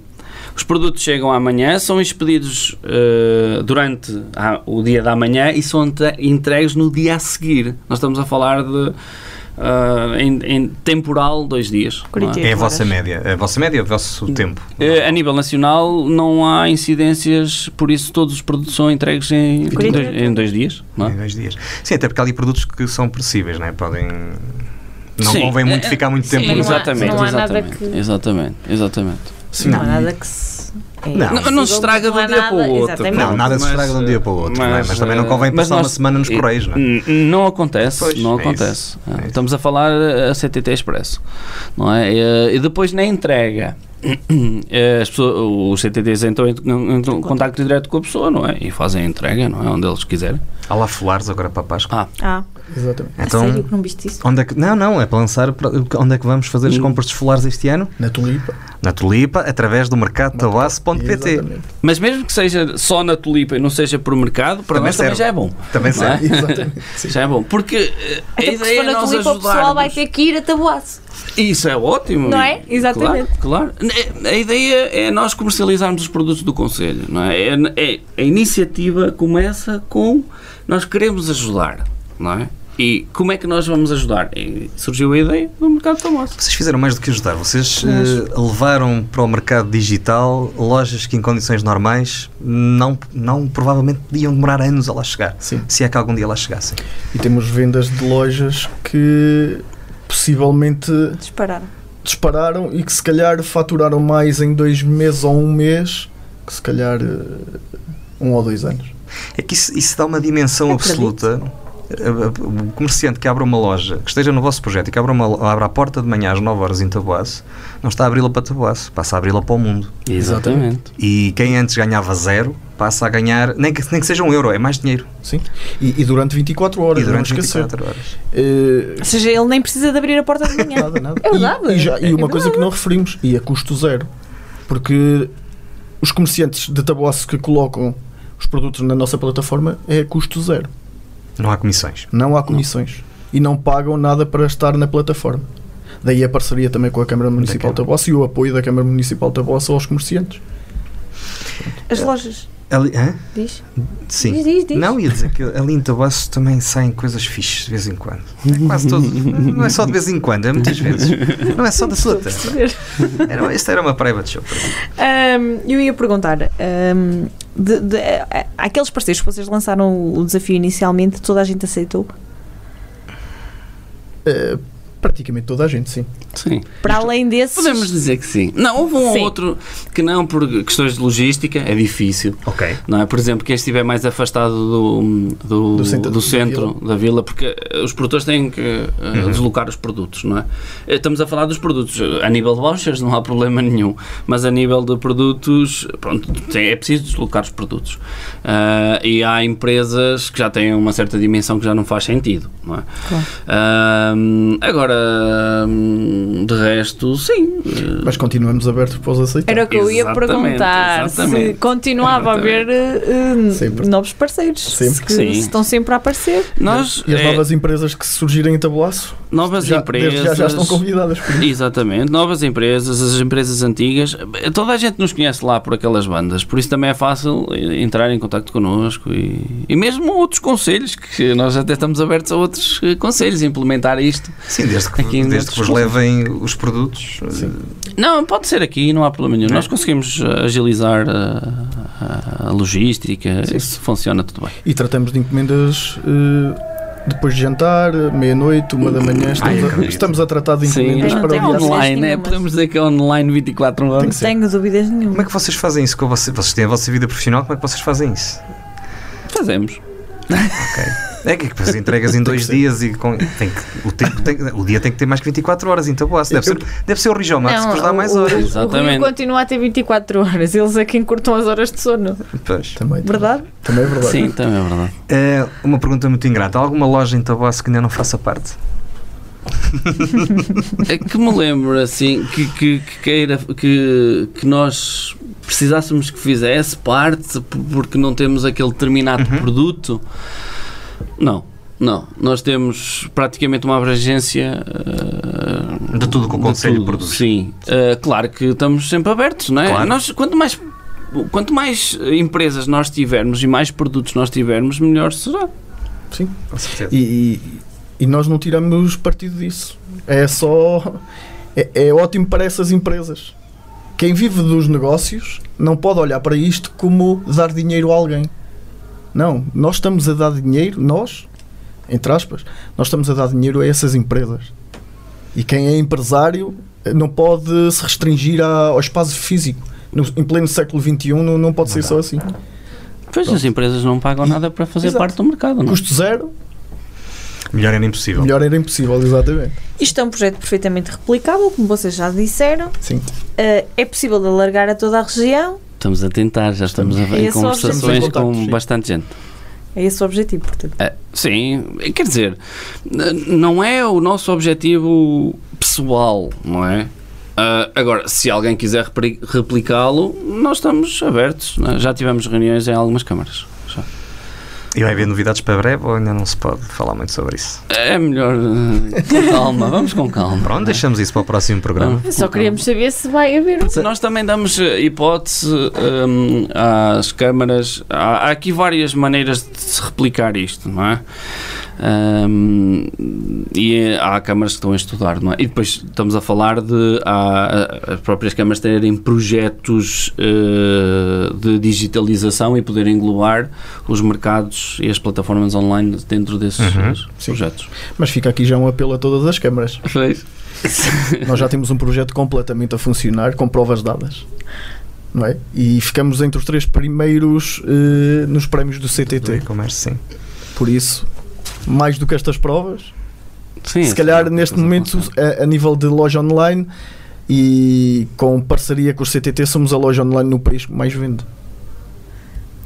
Speaker 4: os produtos chegam amanhã, são expedidos eh, durante a- o dia da manhã e são entre- entregues no dia a seguir. Nós estamos a falar de ah, em, em temporal dois dias. não é?
Speaker 2: 48
Speaker 1: É a vossa
Speaker 2: horas.
Speaker 1: média, a vossa média, é o vosso tempo.
Speaker 4: Eh, A nível nacional não há incidências, por isso todos os produtos são entregues em,
Speaker 2: Quarenta e
Speaker 4: dois,
Speaker 2: oito.
Speaker 4: em dois dias. Não
Speaker 1: Em
Speaker 4: é?
Speaker 1: dois dias. Sim, até porque há ali produtos que são perecíveis, não é? Podem. Não
Speaker 4: Sim.
Speaker 1: convém muito
Speaker 4: Eh,
Speaker 1: ficar muito
Speaker 4: Sim,
Speaker 1: tempo
Speaker 2: não há-
Speaker 1: no
Speaker 4: exatamente,
Speaker 2: não há nada
Speaker 4: exatamente,
Speaker 2: que-
Speaker 4: exatamente, exatamente.
Speaker 2: Não há nada que se. É
Speaker 1: Não.
Speaker 4: Não, não se
Speaker 2: impossível,
Speaker 4: estraga de
Speaker 2: há
Speaker 4: um dia para
Speaker 2: nada-
Speaker 4: o outro.
Speaker 2: Exatamente.
Speaker 1: Não, nada se
Speaker 4: Mas,
Speaker 1: estraga de um dia para o outro, não é? Mas também não convém
Speaker 4: eh,
Speaker 1: passar
Speaker 4: mas
Speaker 1: uma semana nos Correios, não é?
Speaker 4: n- n- Não acontece,
Speaker 1: Pois,
Speaker 4: não
Speaker 1: é isso,
Speaker 4: acontece. Ah,
Speaker 1: é isso.
Speaker 4: Estamos a falar eh, a CTT Expresso, não é? Eh, E depois na entrega, eh, as pessoas, os CTTs entram em, entram em contacto direto com a pessoa, não é? E fazem a entrega, não é? Onde eles quiserem.
Speaker 1: Há lá folares agora para a Páscoa. Então,
Speaker 4: Ah,
Speaker 2: Ah,
Speaker 3: Exatamente.
Speaker 2: a sério que não viste isso?
Speaker 1: Onde é que, não, não, é para lançar para- onde é que vamos fazer as
Speaker 3: Hum.
Speaker 1: compras de folares este ano?
Speaker 3: Na tulipa.
Speaker 1: Na Tulipa, através do mercado tabasso.pt.
Speaker 3: Exatamente.
Speaker 4: mas mesmo que seja só na tulipa e não seja por mercado, para
Speaker 1: Também
Speaker 4: nós também
Speaker 1: serve.
Speaker 4: já é bom.
Speaker 1: Também
Speaker 4: não é?
Speaker 1: serve.
Speaker 3: Exatamente. sim.
Speaker 4: Já é bom, porque eh, a
Speaker 2: Até porque se
Speaker 4: ideia
Speaker 2: for na
Speaker 4: é nós
Speaker 2: tulipa, o pessoal vai
Speaker 4: ajudarmos.
Speaker 2: ter que ir a tabuaço.
Speaker 4: Isso é ótimo.
Speaker 2: Não é? Exatamente.
Speaker 4: Claro, claro. A ideia é nós comercializarmos os produtos do Conselho, não é? É- é- A iniciativa começa com nós queremos ajudar, não é? E como é que nós vamos ajudar? E surgiu a ideia do mercado famoso.
Speaker 1: Vocês fizeram mais do que ajudar, vocês eh, levaram para o mercado digital lojas que em condições normais não, não provavelmente iam demorar anos a lá chegar,
Speaker 3: Sim.
Speaker 1: se é que algum dia lá chegassem.
Speaker 3: E temos vendas de lojas que possivelmente
Speaker 2: Dispararam.
Speaker 3: dispararam e que se calhar faturaram mais em dois meses ou um mês que se calhar eh, um ou dois anos.
Speaker 1: É que isso, isso dá uma dimensão
Speaker 2: Acredito.
Speaker 1: absoluta. O comerciante que abre uma loja, que esteja no vosso projeto e que abre, uma, lo- abre a porta de manhã às 9 horas em Taboaço, não está a abri-la para Taboaço, passa a abri-la para o mundo.
Speaker 4: Exatamente.
Speaker 1: E quem antes ganhava zero, passa a ganhar, nem que, nem que seja um euro, é mais dinheiro.
Speaker 3: Sim. E, e durante 24 horas,
Speaker 1: e durante
Speaker 3: não esquecer.
Speaker 1: 24 horas.
Speaker 3: Eh,
Speaker 2: Ou seja, ele nem precisa de abrir a porta de manhã.
Speaker 3: Nada, nada.
Speaker 2: É verdade.
Speaker 3: E, e já- e
Speaker 2: É
Speaker 3: uma
Speaker 2: verdade.
Speaker 3: coisa que não referimos, e a custo zero. Porque os comerciantes de tabuaço que colocam os produtos na nossa plataforma é a custo zero.
Speaker 1: Não há comissões.
Speaker 3: Não há comissões. E não pagam nada para estar na plataforma. Daí a parceria também com a Câmara Municipal
Speaker 1: Câmara.
Speaker 3: de Tabuaço e o apoio da Câmara Municipal de Tabuaço aos comerciantes.
Speaker 2: As lojas,
Speaker 1: Ali, hã?
Speaker 2: diz?
Speaker 1: Sim.
Speaker 2: Diz, diz, diz.
Speaker 1: Não, ia dizer que ali em Tabasso também saem coisas fixes de vez em quando. É quase todo. Não é só de vez em quando, é muitas vezes. Não é só da sua terra.
Speaker 2: Perceber.
Speaker 1: Era, esta era uma private show. para mim.
Speaker 2: Ahm, eu ia perguntar. ahm, de, de- a- aqueles parceiros que vocês lançaram o o desafio inicialmente, toda a gente aceitou?
Speaker 3: Eh, praticamente toda a gente, sim.
Speaker 4: Sim.
Speaker 2: Para além desses.
Speaker 4: Podemos dizer que sim. Não, houve um
Speaker 2: Sim.
Speaker 4: ou outro que não, por questões de logística, é difícil.
Speaker 1: Ok.
Speaker 4: Não é? Por exemplo, quem estiver mais afastado do, do,
Speaker 3: Do
Speaker 4: do
Speaker 3: centro-
Speaker 4: centro,
Speaker 3: da
Speaker 4: da, vila. porque eh, os produtores têm que eh, deslocar os produtos, não é? Eh, Estamos a falar dos produtos. eh, A nível de vouchers não há problema nenhum, mas a nível de produtos, pronto, tem- é preciso deslocar os produtos. Ah, e há empresas que já têm uma certa dimensão que já não faz sentido, não é?
Speaker 2: Claro.
Speaker 4: Ah, agora, hum, de resto, sim. eh,
Speaker 3: Mas continuamos abertos para os aceitar.
Speaker 2: Era o que eu ia
Speaker 4: Exatamente,
Speaker 2: perguntar. Se
Speaker 4: exatamente.
Speaker 2: continuava a haver eh, eh,
Speaker 3: Sempre.
Speaker 2: novos parceiros.
Speaker 3: Sempre.
Speaker 2: Se, que-
Speaker 4: Sim.
Speaker 2: se estão sempre a aparecer.
Speaker 4: Nós,
Speaker 3: E as
Speaker 4: eh,
Speaker 3: novas empresas que surgirem em Tabuaço
Speaker 4: novas
Speaker 3: já,
Speaker 4: empresas.
Speaker 3: desde já, já estão convidadas. por isso.
Speaker 4: Exatamente, novas empresas, as empresas antigas, toda a gente nos conhece lá por aquelas bandas, por isso também é fácil entrar em contato connosco e, e mesmo outros conselhos, que nós até estamos abertos a outros eh, conselhos, implementar isto.
Speaker 1: Sim, desde que,
Speaker 4: Aqui em
Speaker 1: desde que vos
Speaker 4: Montes
Speaker 1: levem os produtos.
Speaker 4: Não, pode ser aqui, não há problema nenhum. Nós conseguimos eh, agilizar a, a- a logística, isso funciona tudo bem.
Speaker 3: E tratamos de encomendas eh, depois de jantar, meia-noite, uma da manhã. Estamos, a,
Speaker 1: acredito.
Speaker 3: estamos a tratar de encomendas
Speaker 2: não
Speaker 3: para
Speaker 2: tem
Speaker 4: é
Speaker 3: o dia a
Speaker 2: onde
Speaker 3: seguir.
Speaker 2: lá.
Speaker 4: online, é,
Speaker 2: nenhumas.
Speaker 4: podemos dizer que é online 24
Speaker 3: Tem
Speaker 4: horas.
Speaker 3: que ser.
Speaker 2: Tenho dúvidas nenhuma.
Speaker 1: Como é que vocês fazem isso com vocês? Vocês têm a vossa vida profissional, como é que vocês fazem isso?
Speaker 4: Fazemos.
Speaker 1: É que depois entregas em dois
Speaker 3: ser.
Speaker 1: dias e com- tem que- o, tempo tem que- o dia tem que ter mais que 24 horas, então boa, deve ser, deve ser o Rijal Max que vos dá mais
Speaker 2: o-
Speaker 1: horas.
Speaker 2: O, o Rio
Speaker 4: Exatamente.
Speaker 2: continua a ter 24 horas. Eles é que encurtam as horas de sono.
Speaker 1: Pois.
Speaker 3: Também,
Speaker 2: Verdade?
Speaker 3: também é verdade.
Speaker 4: Sim, também é verdade.
Speaker 1: É uma pergunta muito ingrata. Há alguma loja em Taboaço que ainda não faça parte?
Speaker 4: É que me lembro assim que, que, que queira que, que nós precisássemos que fizesse parte p- porque não temos aquele determinado
Speaker 1: Uhum.
Speaker 4: produto. Não, não. Nós temos praticamente uma abrangência eh,
Speaker 1: De tudo que o
Speaker 4: de
Speaker 1: Conselho
Speaker 4: tudo.
Speaker 1: produz.
Speaker 4: Sim. Eh, claro que estamos sempre abertos, não é?
Speaker 1: Claro.
Speaker 4: Nós, quanto mais quanto mais eh, empresas nós tivermos e mais produtos nós tivermos, melhor será.
Speaker 3: Sim.
Speaker 1: Com certeza.
Speaker 3: E, e- e nós não tiramos partido disso. É só. É, é ótimo para essas empresas. Quem vive dos negócios não pode olhar para isto como dar dinheiro a alguém. Não, nós estamos a dar dinheiro, nós, entre aspas, nós estamos a dar dinheiro a essas empresas. E quem é empresário eh, não pode se restringir a- ao espaço físico. no- em pleno século XXI não, não pode ser só assim.
Speaker 4: Pois as empresas não pagam nada para fazer
Speaker 3: Exato.
Speaker 4: parte do mercado, não? é?
Speaker 3: Custo zero,
Speaker 1: Melhor é era impossível.
Speaker 3: melhor era impossível, exatamente.
Speaker 2: Isto é um projeto perfeitamente replicável, como vocês já disseram.
Speaker 3: Sim.
Speaker 2: Eh, é possível alargar a toda a região.
Speaker 4: Estamos a tentar, já estamos a,
Speaker 2: E
Speaker 4: em
Speaker 2: é só-
Speaker 3: Estamos em
Speaker 4: conversações
Speaker 3: contacto,
Speaker 4: com
Speaker 3: sim.
Speaker 4: bastante gente.
Speaker 2: É esse o objetivo, portanto.
Speaker 4: Ah, Sim, quer dizer, n- não é o nosso objetivo pessoal, não é? Ah, agora, se alguém quiser repri- replicá-lo, nós estamos abertos. não é? Já tivemos reuniões em algumas câmaras. já.
Speaker 1: E vai haver novidades para breve ou ainda não se pode falar muito sobre isso?
Speaker 4: É melhor ah, com calma, vamos com calma.
Speaker 1: Pronto, deixamos isso para o próximo programa.
Speaker 4: Vamos com
Speaker 5: Só
Speaker 4: calma.
Speaker 5: queríamos saber se vai haver um.
Speaker 4: Nós também damos eh, hipótese hum, às câmaras. Há, há aqui várias maneiras de se replicar isto, não é? Hum, e eh, há câmaras que estão a estudar, não é? E depois estamos a falar de há, a- as próprias câmaras terem projetos eh, de digitalização e poderem englobar os mercados e as plataformas online dentro desses
Speaker 1: Uhum.
Speaker 4: eh,
Speaker 3: Sim.
Speaker 4: projetos.
Speaker 3: Mas fica aqui já um apelo a todas as câmaras. Nós já temos um projeto completamente a funcionar, com provas dadas. Não é? E ficamos entre os três primeiros eh, nos prémios do
Speaker 1: Do
Speaker 3: CTT.
Speaker 1: e-commerce, sim.
Speaker 3: Por isso, mais do que estas provas,
Speaker 4: Sim,
Speaker 3: se
Speaker 4: essa é
Speaker 3: calhar
Speaker 4: uma
Speaker 3: neste
Speaker 4: coisa
Speaker 3: momento,
Speaker 4: bastante.
Speaker 3: a, a nível de loja online e com parceria com o CTT, somos a loja online no país que mais vende.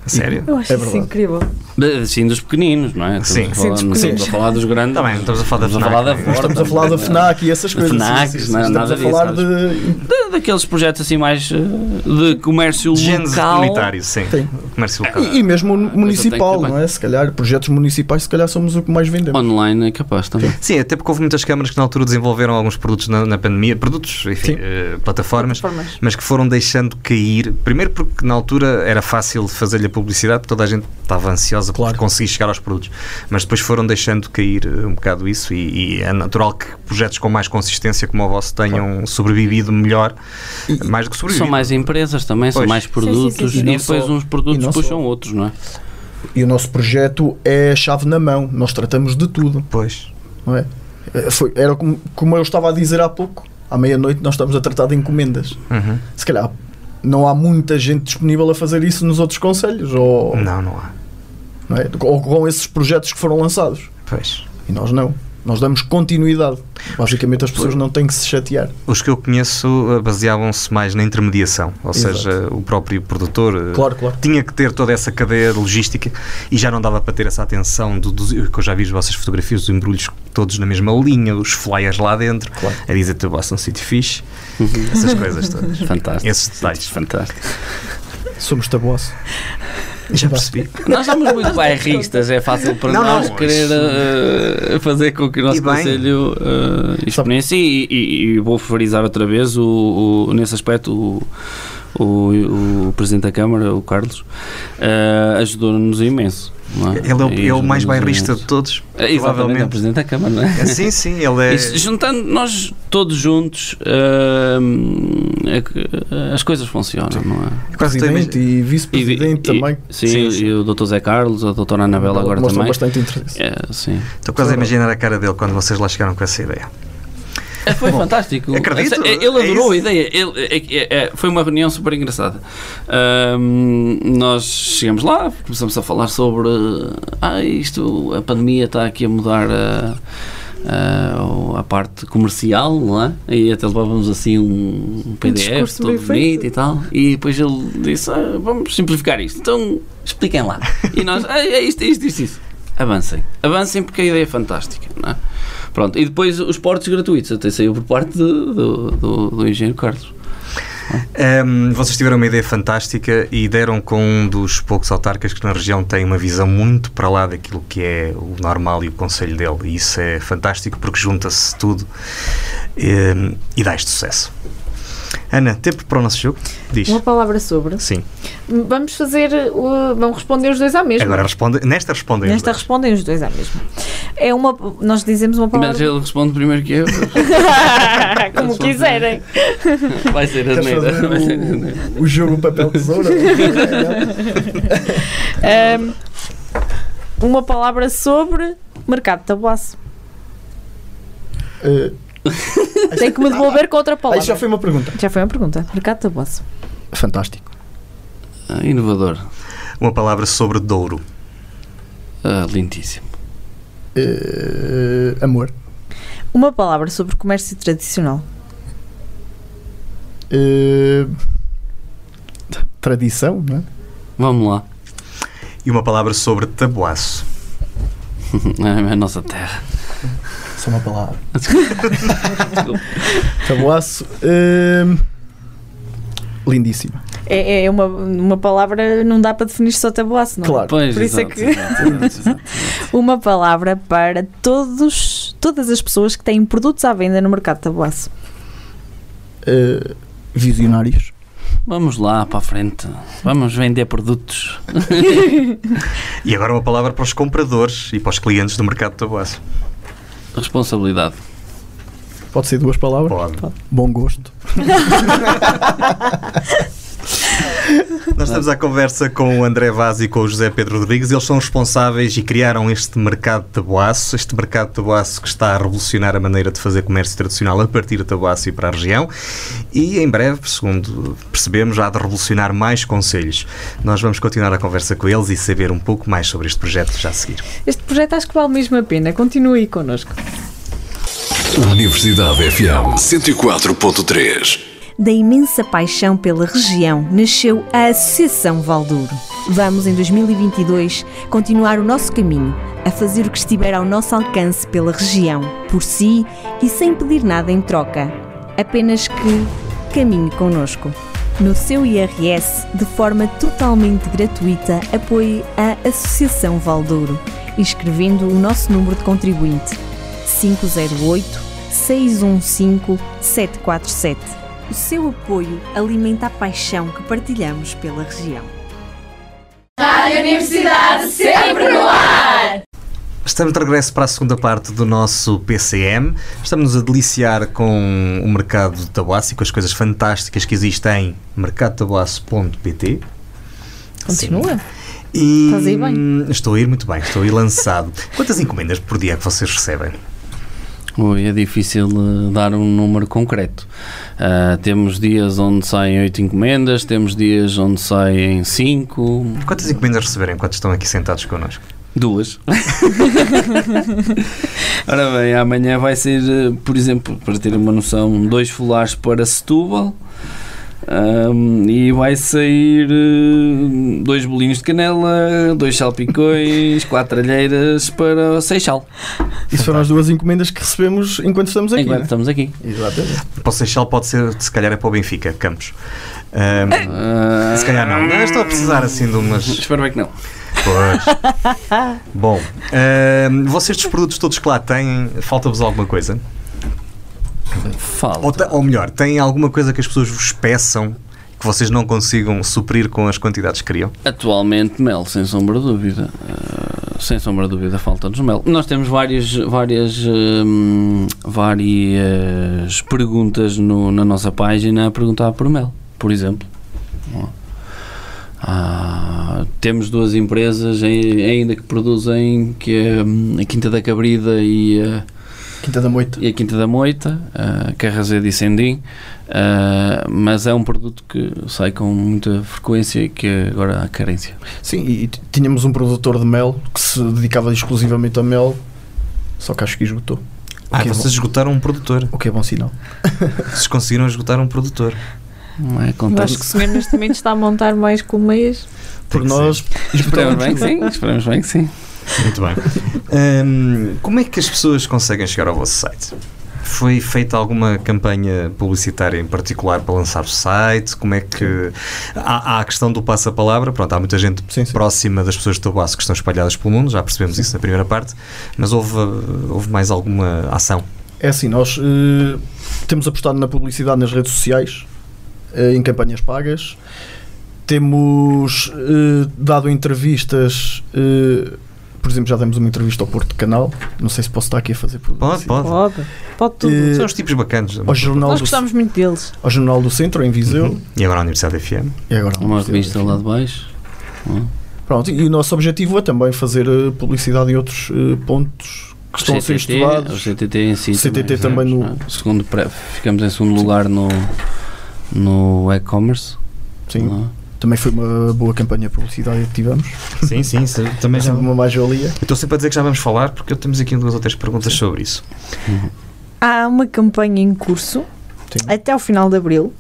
Speaker 1: A sério?
Speaker 2: Eu acho
Speaker 3: É
Speaker 2: isso
Speaker 3: verdade.
Speaker 2: incrível.
Speaker 4: Mas, Assim, dos pequeninos, não é?
Speaker 1: Sim.
Speaker 4: Estamos a falar,
Speaker 2: Sim, dos
Speaker 4: não estamos
Speaker 3: pequeninos.
Speaker 4: a falar dos grandes.
Speaker 1: Tá bem, não estamos a falar da
Speaker 4: Estamos
Speaker 1: FNAC,
Speaker 4: da
Speaker 1: não é?
Speaker 4: Ford,
Speaker 3: Estamos a falar da FNAC e essas
Speaker 4: Da
Speaker 3: coisas.
Speaker 4: FNAC,
Speaker 3: sim, sim, sim.
Speaker 4: não é
Speaker 3: Estamos
Speaker 4: nada
Speaker 3: a falar
Speaker 4: disso,
Speaker 3: de.
Speaker 4: Da- Daqueles projetos assim mais eh, de comércio
Speaker 1: De Géneros
Speaker 4: local.
Speaker 1: comunitários, sim.
Speaker 3: Sim.
Speaker 1: Comércio local.
Speaker 3: E, e mesmo
Speaker 4: Ah,
Speaker 3: municipal,
Speaker 4: também.
Speaker 3: não é? Se calhar, projetos municipais, se calhar somos o que mais vendemos.
Speaker 4: Online é capaz também.
Speaker 1: Sim, até porque houve muitas câmaras que na altura desenvolveram alguns produtos na, na pandemia, produtos, enfim,
Speaker 3: Sim.
Speaker 1: eh, plataformas,
Speaker 2: Formas.
Speaker 1: mas que foram deixando cair. Primeiro porque na altura era fácil fazer-lhe a publicidade, porque toda a gente estava ansiosa
Speaker 3: Claro.
Speaker 1: por conseguir chegar aos produtos, mas depois foram deixando cair eh, um bocado isso e, e é natural que projetos com mais consistência como o vosso tenham sobrevivido melhor, mais do que sobrevivido.
Speaker 4: São mais empresas também, são
Speaker 1: Pois.
Speaker 4: mais produtos
Speaker 2: sim, sim.
Speaker 3: E
Speaker 4: e
Speaker 3: não
Speaker 4: depois
Speaker 3: só-
Speaker 4: uns
Speaker 3: e não
Speaker 4: produtos
Speaker 3: só-
Speaker 4: puxam outros, não é?
Speaker 3: E o nosso projeto é a chave na mão, nós tratamos de tudo,
Speaker 1: Pois.
Speaker 3: não é? Eh, Foi, era como, como eu estava a dizer há pouco, à meia-noite nós estamos a tratar de encomendas.
Speaker 1: Uhum.
Speaker 3: Se calhar não há muita gente disponível a fazer isso nos outros conselhos, ou,
Speaker 1: Não, não há.
Speaker 3: não é? ou com esses projetos que foram lançados.
Speaker 1: Pois.
Speaker 3: E nós não. Nós damos continuidade. Basicamente as pessoas não têm que se chatear.
Speaker 1: Os que eu conheço eh, baseavam-se mais na intermediação, ou
Speaker 3: Exato.
Speaker 1: seja, o próprio produtor eh,
Speaker 3: Claro, claro.
Speaker 1: tinha que ter toda essa cadeia de logística e já não dava para ter essa atenção do, dos- que eu já vi as vossas fotografias, os embrulhos todos na mesma linha, os flyers lá dentro,
Speaker 3: Claro.
Speaker 1: a dizer teu Boston City Fish,
Speaker 4: Uhum.
Speaker 1: essas coisas todas.
Speaker 4: Fantástico. é
Speaker 1: Esses detalhes.
Speaker 4: Fantástico.
Speaker 3: Somos tabuaço.
Speaker 1: Já percebi.
Speaker 4: Nós somos muito bairristas, é fácil para
Speaker 1: Não, não,
Speaker 4: nós querer eh, fazer com que o nosso
Speaker 1: E bem.
Speaker 4: conselho eh, exponencie e, e- e vou favorizar outra vez o, o- nesse aspecto o, o, o Presidente da Câmara, o Carlos, eh, ajudou-nos imenso. não é?
Speaker 1: Ele é o,
Speaker 4: E
Speaker 1: ele é o mais
Speaker 4: ajudou-nos
Speaker 1: bairrista
Speaker 4: imenso.
Speaker 1: de todos,
Speaker 4: É, Exatamente, é o
Speaker 1: provavelmente.
Speaker 4: Presidente da Câmara, não é?
Speaker 1: Sim, sim, ele é.
Speaker 4: Isso, juntando nós todos juntos, hum, é que, eh, as coisas funcionam, não é?
Speaker 1: Quase estou a
Speaker 3: Presidente
Speaker 1: imagi-
Speaker 3: e
Speaker 4: E-
Speaker 3: vice-presidente
Speaker 4: e-
Speaker 3: também.
Speaker 4: Sim,
Speaker 1: Sim, sim.
Speaker 4: e o Dr. Zé Carlos, a Dra. Anabela agora
Speaker 3: Mostram
Speaker 4: também.
Speaker 3: bastante interesse.
Speaker 4: É, sim.
Speaker 1: estou quase a imaginar a cara dele quando vocês lá chegaram com essa ideia.
Speaker 4: É, Foi fantástico.
Speaker 1: acredito,
Speaker 4: Essa- é- Ele
Speaker 1: é
Speaker 4: adorou
Speaker 1: isso.
Speaker 4: a ideia. Ele- é- é- é- foi uma reunião super engraçada. Ahm, nós chegamos lá, começamos a falar sobre ah, isto, a pandemia está aqui a mudar a, a, a parte comercial, não é? E até levávamos assim um, um PDF
Speaker 5: discurso
Speaker 4: todo
Speaker 5: bem
Speaker 4: bonito
Speaker 5: feito.
Speaker 4: e tal. E depois ele disse: "Ah, vamos simplificar isto. Então expliquem lá. E nós, ah, é isto, é isto, é isto, é isto. Avancem, avancem porque a ideia é fantástica, não é? Pronto, e depois os portos gratuitos, até saiu por parte do, do, do, do engenheiro Carlos.
Speaker 1: Ahm, vocês tiveram uma ideia fantástica e deram com um dos poucos autarcas que na região tem uma visão muito para lá daquilo que é o normal e o conselho dele. E isso é fantástico porque junta-se tudo ehm, e dá este sucesso. Ana, tempo para o nosso jogo? Diz.
Speaker 5: Uma palavra sobre.
Speaker 1: Sim.
Speaker 5: Vamos fazer. uh, vão responder os dois à mesma.
Speaker 1: Agora responde. Nesta respondemos.
Speaker 2: Nesta respondem os dois à mesma. É uma. Nós dizemos uma
Speaker 4: Mas
Speaker 2: palavra.
Speaker 4: ele responde primeiro que eu.
Speaker 5: Como quiserem.
Speaker 4: Vai ser a
Speaker 3: Queres fazer
Speaker 4: neira. vai ser
Speaker 2: um-
Speaker 4: a neira.
Speaker 3: o, o jogo papel tesoura?
Speaker 5: Ahm,
Speaker 2: Uma palavra sobre mercado de tabuaço.
Speaker 3: Eh,
Speaker 5: tem que me devolver com outra
Speaker 3: aí
Speaker 5: palavra.
Speaker 3: já foi uma pergunta.
Speaker 2: Já foi uma pergunta. Mercado de tabuaço.
Speaker 3: fantástico.
Speaker 4: Ah, Inovador.
Speaker 1: Uma palavra sobre Douro.
Speaker 4: Ah, lindíssimo.
Speaker 3: Eh, amor.
Speaker 2: Uma palavra sobre comércio tradicional.
Speaker 3: Eh, tradição, não é?
Speaker 4: Vamos lá.
Speaker 1: E uma palavra sobre Tabuaço.
Speaker 4: É a nossa terra.
Speaker 3: Só é uma palavra. Tabuaço. eh, lindíssimo.
Speaker 2: É, é uma, uma palavra, não dá para definir só tabuaço, não é?
Speaker 3: Claro.
Speaker 4: Pois,
Speaker 2: Por isso é
Speaker 4: exato,
Speaker 2: que-
Speaker 4: exato, exato, exato.
Speaker 2: Uma palavra para todos, todas as pessoas que têm produtos à venda no mercado de tabuaço.
Speaker 3: Eh, visionários.
Speaker 4: Vamos lá para a frente. Vamos vender produtos.
Speaker 1: E agora uma palavra para os compradores e para os clientes do mercado de Tabuaço.
Speaker 4: Responsabilidade.
Speaker 3: Pode ser duas palavras.
Speaker 1: Pode.
Speaker 3: Bom gosto.
Speaker 1: Nós estamos à conversa com o André Vaz e com o José Pedro Rodrigues. Eles são responsáveis e criaram este mercado de tabuaço, este mercado de tabuaço que está a revolucionar a maneira de fazer comércio tradicional a partir de tabuaço e para a região. E em breve, segundo percebemos, há de revolucionar mais conselhos. Nós vamos continuar a conversa com eles e saber um pouco mais sobre este projeto já a seguir.
Speaker 5: Este projeto acho que vale mesmo a pena. Continue aí connosco.
Speaker 6: Universidade FM 104.3.
Speaker 2: Da imensa paixão pela região nasceu a Associação Valdouro. Vamos, em 2022, continuar o nosso caminho, a fazer o que estiver ao nosso alcance pela região, por si e sem pedir nada em troca. Apenas que caminhe connosco. No seu IRS, de forma totalmente gratuita, apoie a Associação Valdouro, inscrevendo o nosso número de contribuinte 508 615 747. O seu apoio alimenta a paixão que partilhamos pela região.
Speaker 1: Estamos de regresso para a segunda parte do nosso PCM. Estamos a deliciar com o mercado de tabuaço e com as coisas fantásticas que existem em mercadotabuaço.pt.
Speaker 5: Continua.
Speaker 1: E
Speaker 5: Estás aí bem?
Speaker 1: hum, estou a ir muito bem, estou a ir lançado. Quantas encomendas por dia é que vocês recebem?
Speaker 4: Ui, é difícil eh, dar um número concreto. Ah, temos dias onde saem 8 encomendas, temos dias onde saem 5,
Speaker 1: Quantas encomendas receberam enquanto estão aqui sentados connosco?
Speaker 4: duas. Ora bem, amanhã vai ser, eh, por exemplo, para ter uma noção, dois folares para Setúbal. ahm, e vai sair eh, dois bolinhos de canela, dois salpicões, quatro alheiras para Seixal,
Speaker 3: Isso foram as duas encomendas que recebemos enquanto estamos aqui.
Speaker 4: enquanto
Speaker 3: né?
Speaker 4: estamos aqui. é?
Speaker 3: Exatamente.
Speaker 1: Para o Seixal pode ser, se calhar é para o Benfica, Campos. Ahm,
Speaker 4: Ah,
Speaker 1: se calhar não. Não, estou a precisar assim de umas.
Speaker 4: Espero bem que não.
Speaker 1: Pois. Bom, ahm, vocês dos produtos todos que lá têm, falta-vos alguma coisa? Ou,
Speaker 4: Falta.
Speaker 1: te- ou melhor, tem alguma coisa que as pessoas vos peçam que vocês não consigam suprir com as quantidades que queriam?
Speaker 4: Atualmente, mel, sem sombra de dúvida. Ah, sem sombra de dúvida, falta-nos mel. Nós temos várias, várias, hum, várias perguntas no- na nossa página a perguntar por mel, por exemplo. é? Ah, temos duas empresas em- ainda que produzem, que é hum, a Quinta da Cabrida e a.
Speaker 3: Quinta da moita.
Speaker 4: e a Quinta da Moita, uh, Carrazedo e Sendim, ah, mas é um produto que sai com muita frequência e que agora há carência.
Speaker 3: Sim, e e t- tínhamos um produtor de mel que se dedicava exclusivamente a mel, só que acho que esgotou.
Speaker 1: Ah,
Speaker 3: que é
Speaker 1: vocês esgotaram um produtor.
Speaker 3: O que é bom sinal.
Speaker 1: Vocês conseguiram esgotar um produtor.
Speaker 4: Não é
Speaker 5: Eu
Speaker 4: contente.
Speaker 5: acho que o senhor neste momento está a montar mais colmeias.
Speaker 3: Por
Speaker 1: que
Speaker 3: nós,
Speaker 4: Esperamos
Speaker 5: Então,
Speaker 4: bem que sim, esperamos bem que
Speaker 3: Então,
Speaker 4: sim.
Speaker 1: Muito bem. Hum, como é que as pessoas conseguem chegar ao vosso site? Foi feita alguma campanha publicitária em particular para lançar o site? Como é que. Há, há a questão do passo-a-palavra. Pronto, há muita gente
Speaker 3: Sim, sim.
Speaker 1: próxima das pessoas de Tobasso que estão espalhadas pelo mundo, já percebemos isso na primeira parte. Mas houve, houve mais alguma ação?
Speaker 3: é assim, nós eh, temos apostado na publicidade nas redes sociais, eh, em campanhas pagas, temos eh, dado entrevistas, eh, por exemplo, já demos uma entrevista ao Porto Canal, não sei se posso estar aqui a fazer
Speaker 1: Pode,
Speaker 3: publicidade.
Speaker 1: pode.
Speaker 2: Pode, pode tudo.
Speaker 3: Eh,
Speaker 1: São os tipos bacanas.
Speaker 3: Ao jornal,
Speaker 5: Nós
Speaker 3: do,
Speaker 5: gostamos muito deles.
Speaker 3: ao jornal do Centro, em Viseu,
Speaker 1: E agora a Universidade FM.
Speaker 3: e agora
Speaker 4: Uhum. Uma revista lá de baixo.
Speaker 3: Pronto, e o nosso objetivo é também fazer eh, publicidade em outros eh, pontos que estão a ser
Speaker 4: CTT, O
Speaker 3: estudados.
Speaker 4: CTT em si.
Speaker 3: O CTT também
Speaker 4: sabes,
Speaker 3: no-
Speaker 4: não é? Segundo, pre- ficamos em segundo lugar no, no e-commerce.
Speaker 3: Sim.
Speaker 4: não é?
Speaker 3: Também foi uma boa campanha de publicidade que tivemos.
Speaker 7: Sim, sim, sim, também
Speaker 3: É
Speaker 7: já.
Speaker 3: sempre
Speaker 1: um-
Speaker 3: uma mais-valia.
Speaker 1: Eu Estou sempre a dizer que já vamos falar, porque temos aqui duas ou três perguntas sobre isso.
Speaker 8: Há uma campanha em curso
Speaker 3: Sim.
Speaker 8: até ao final de abril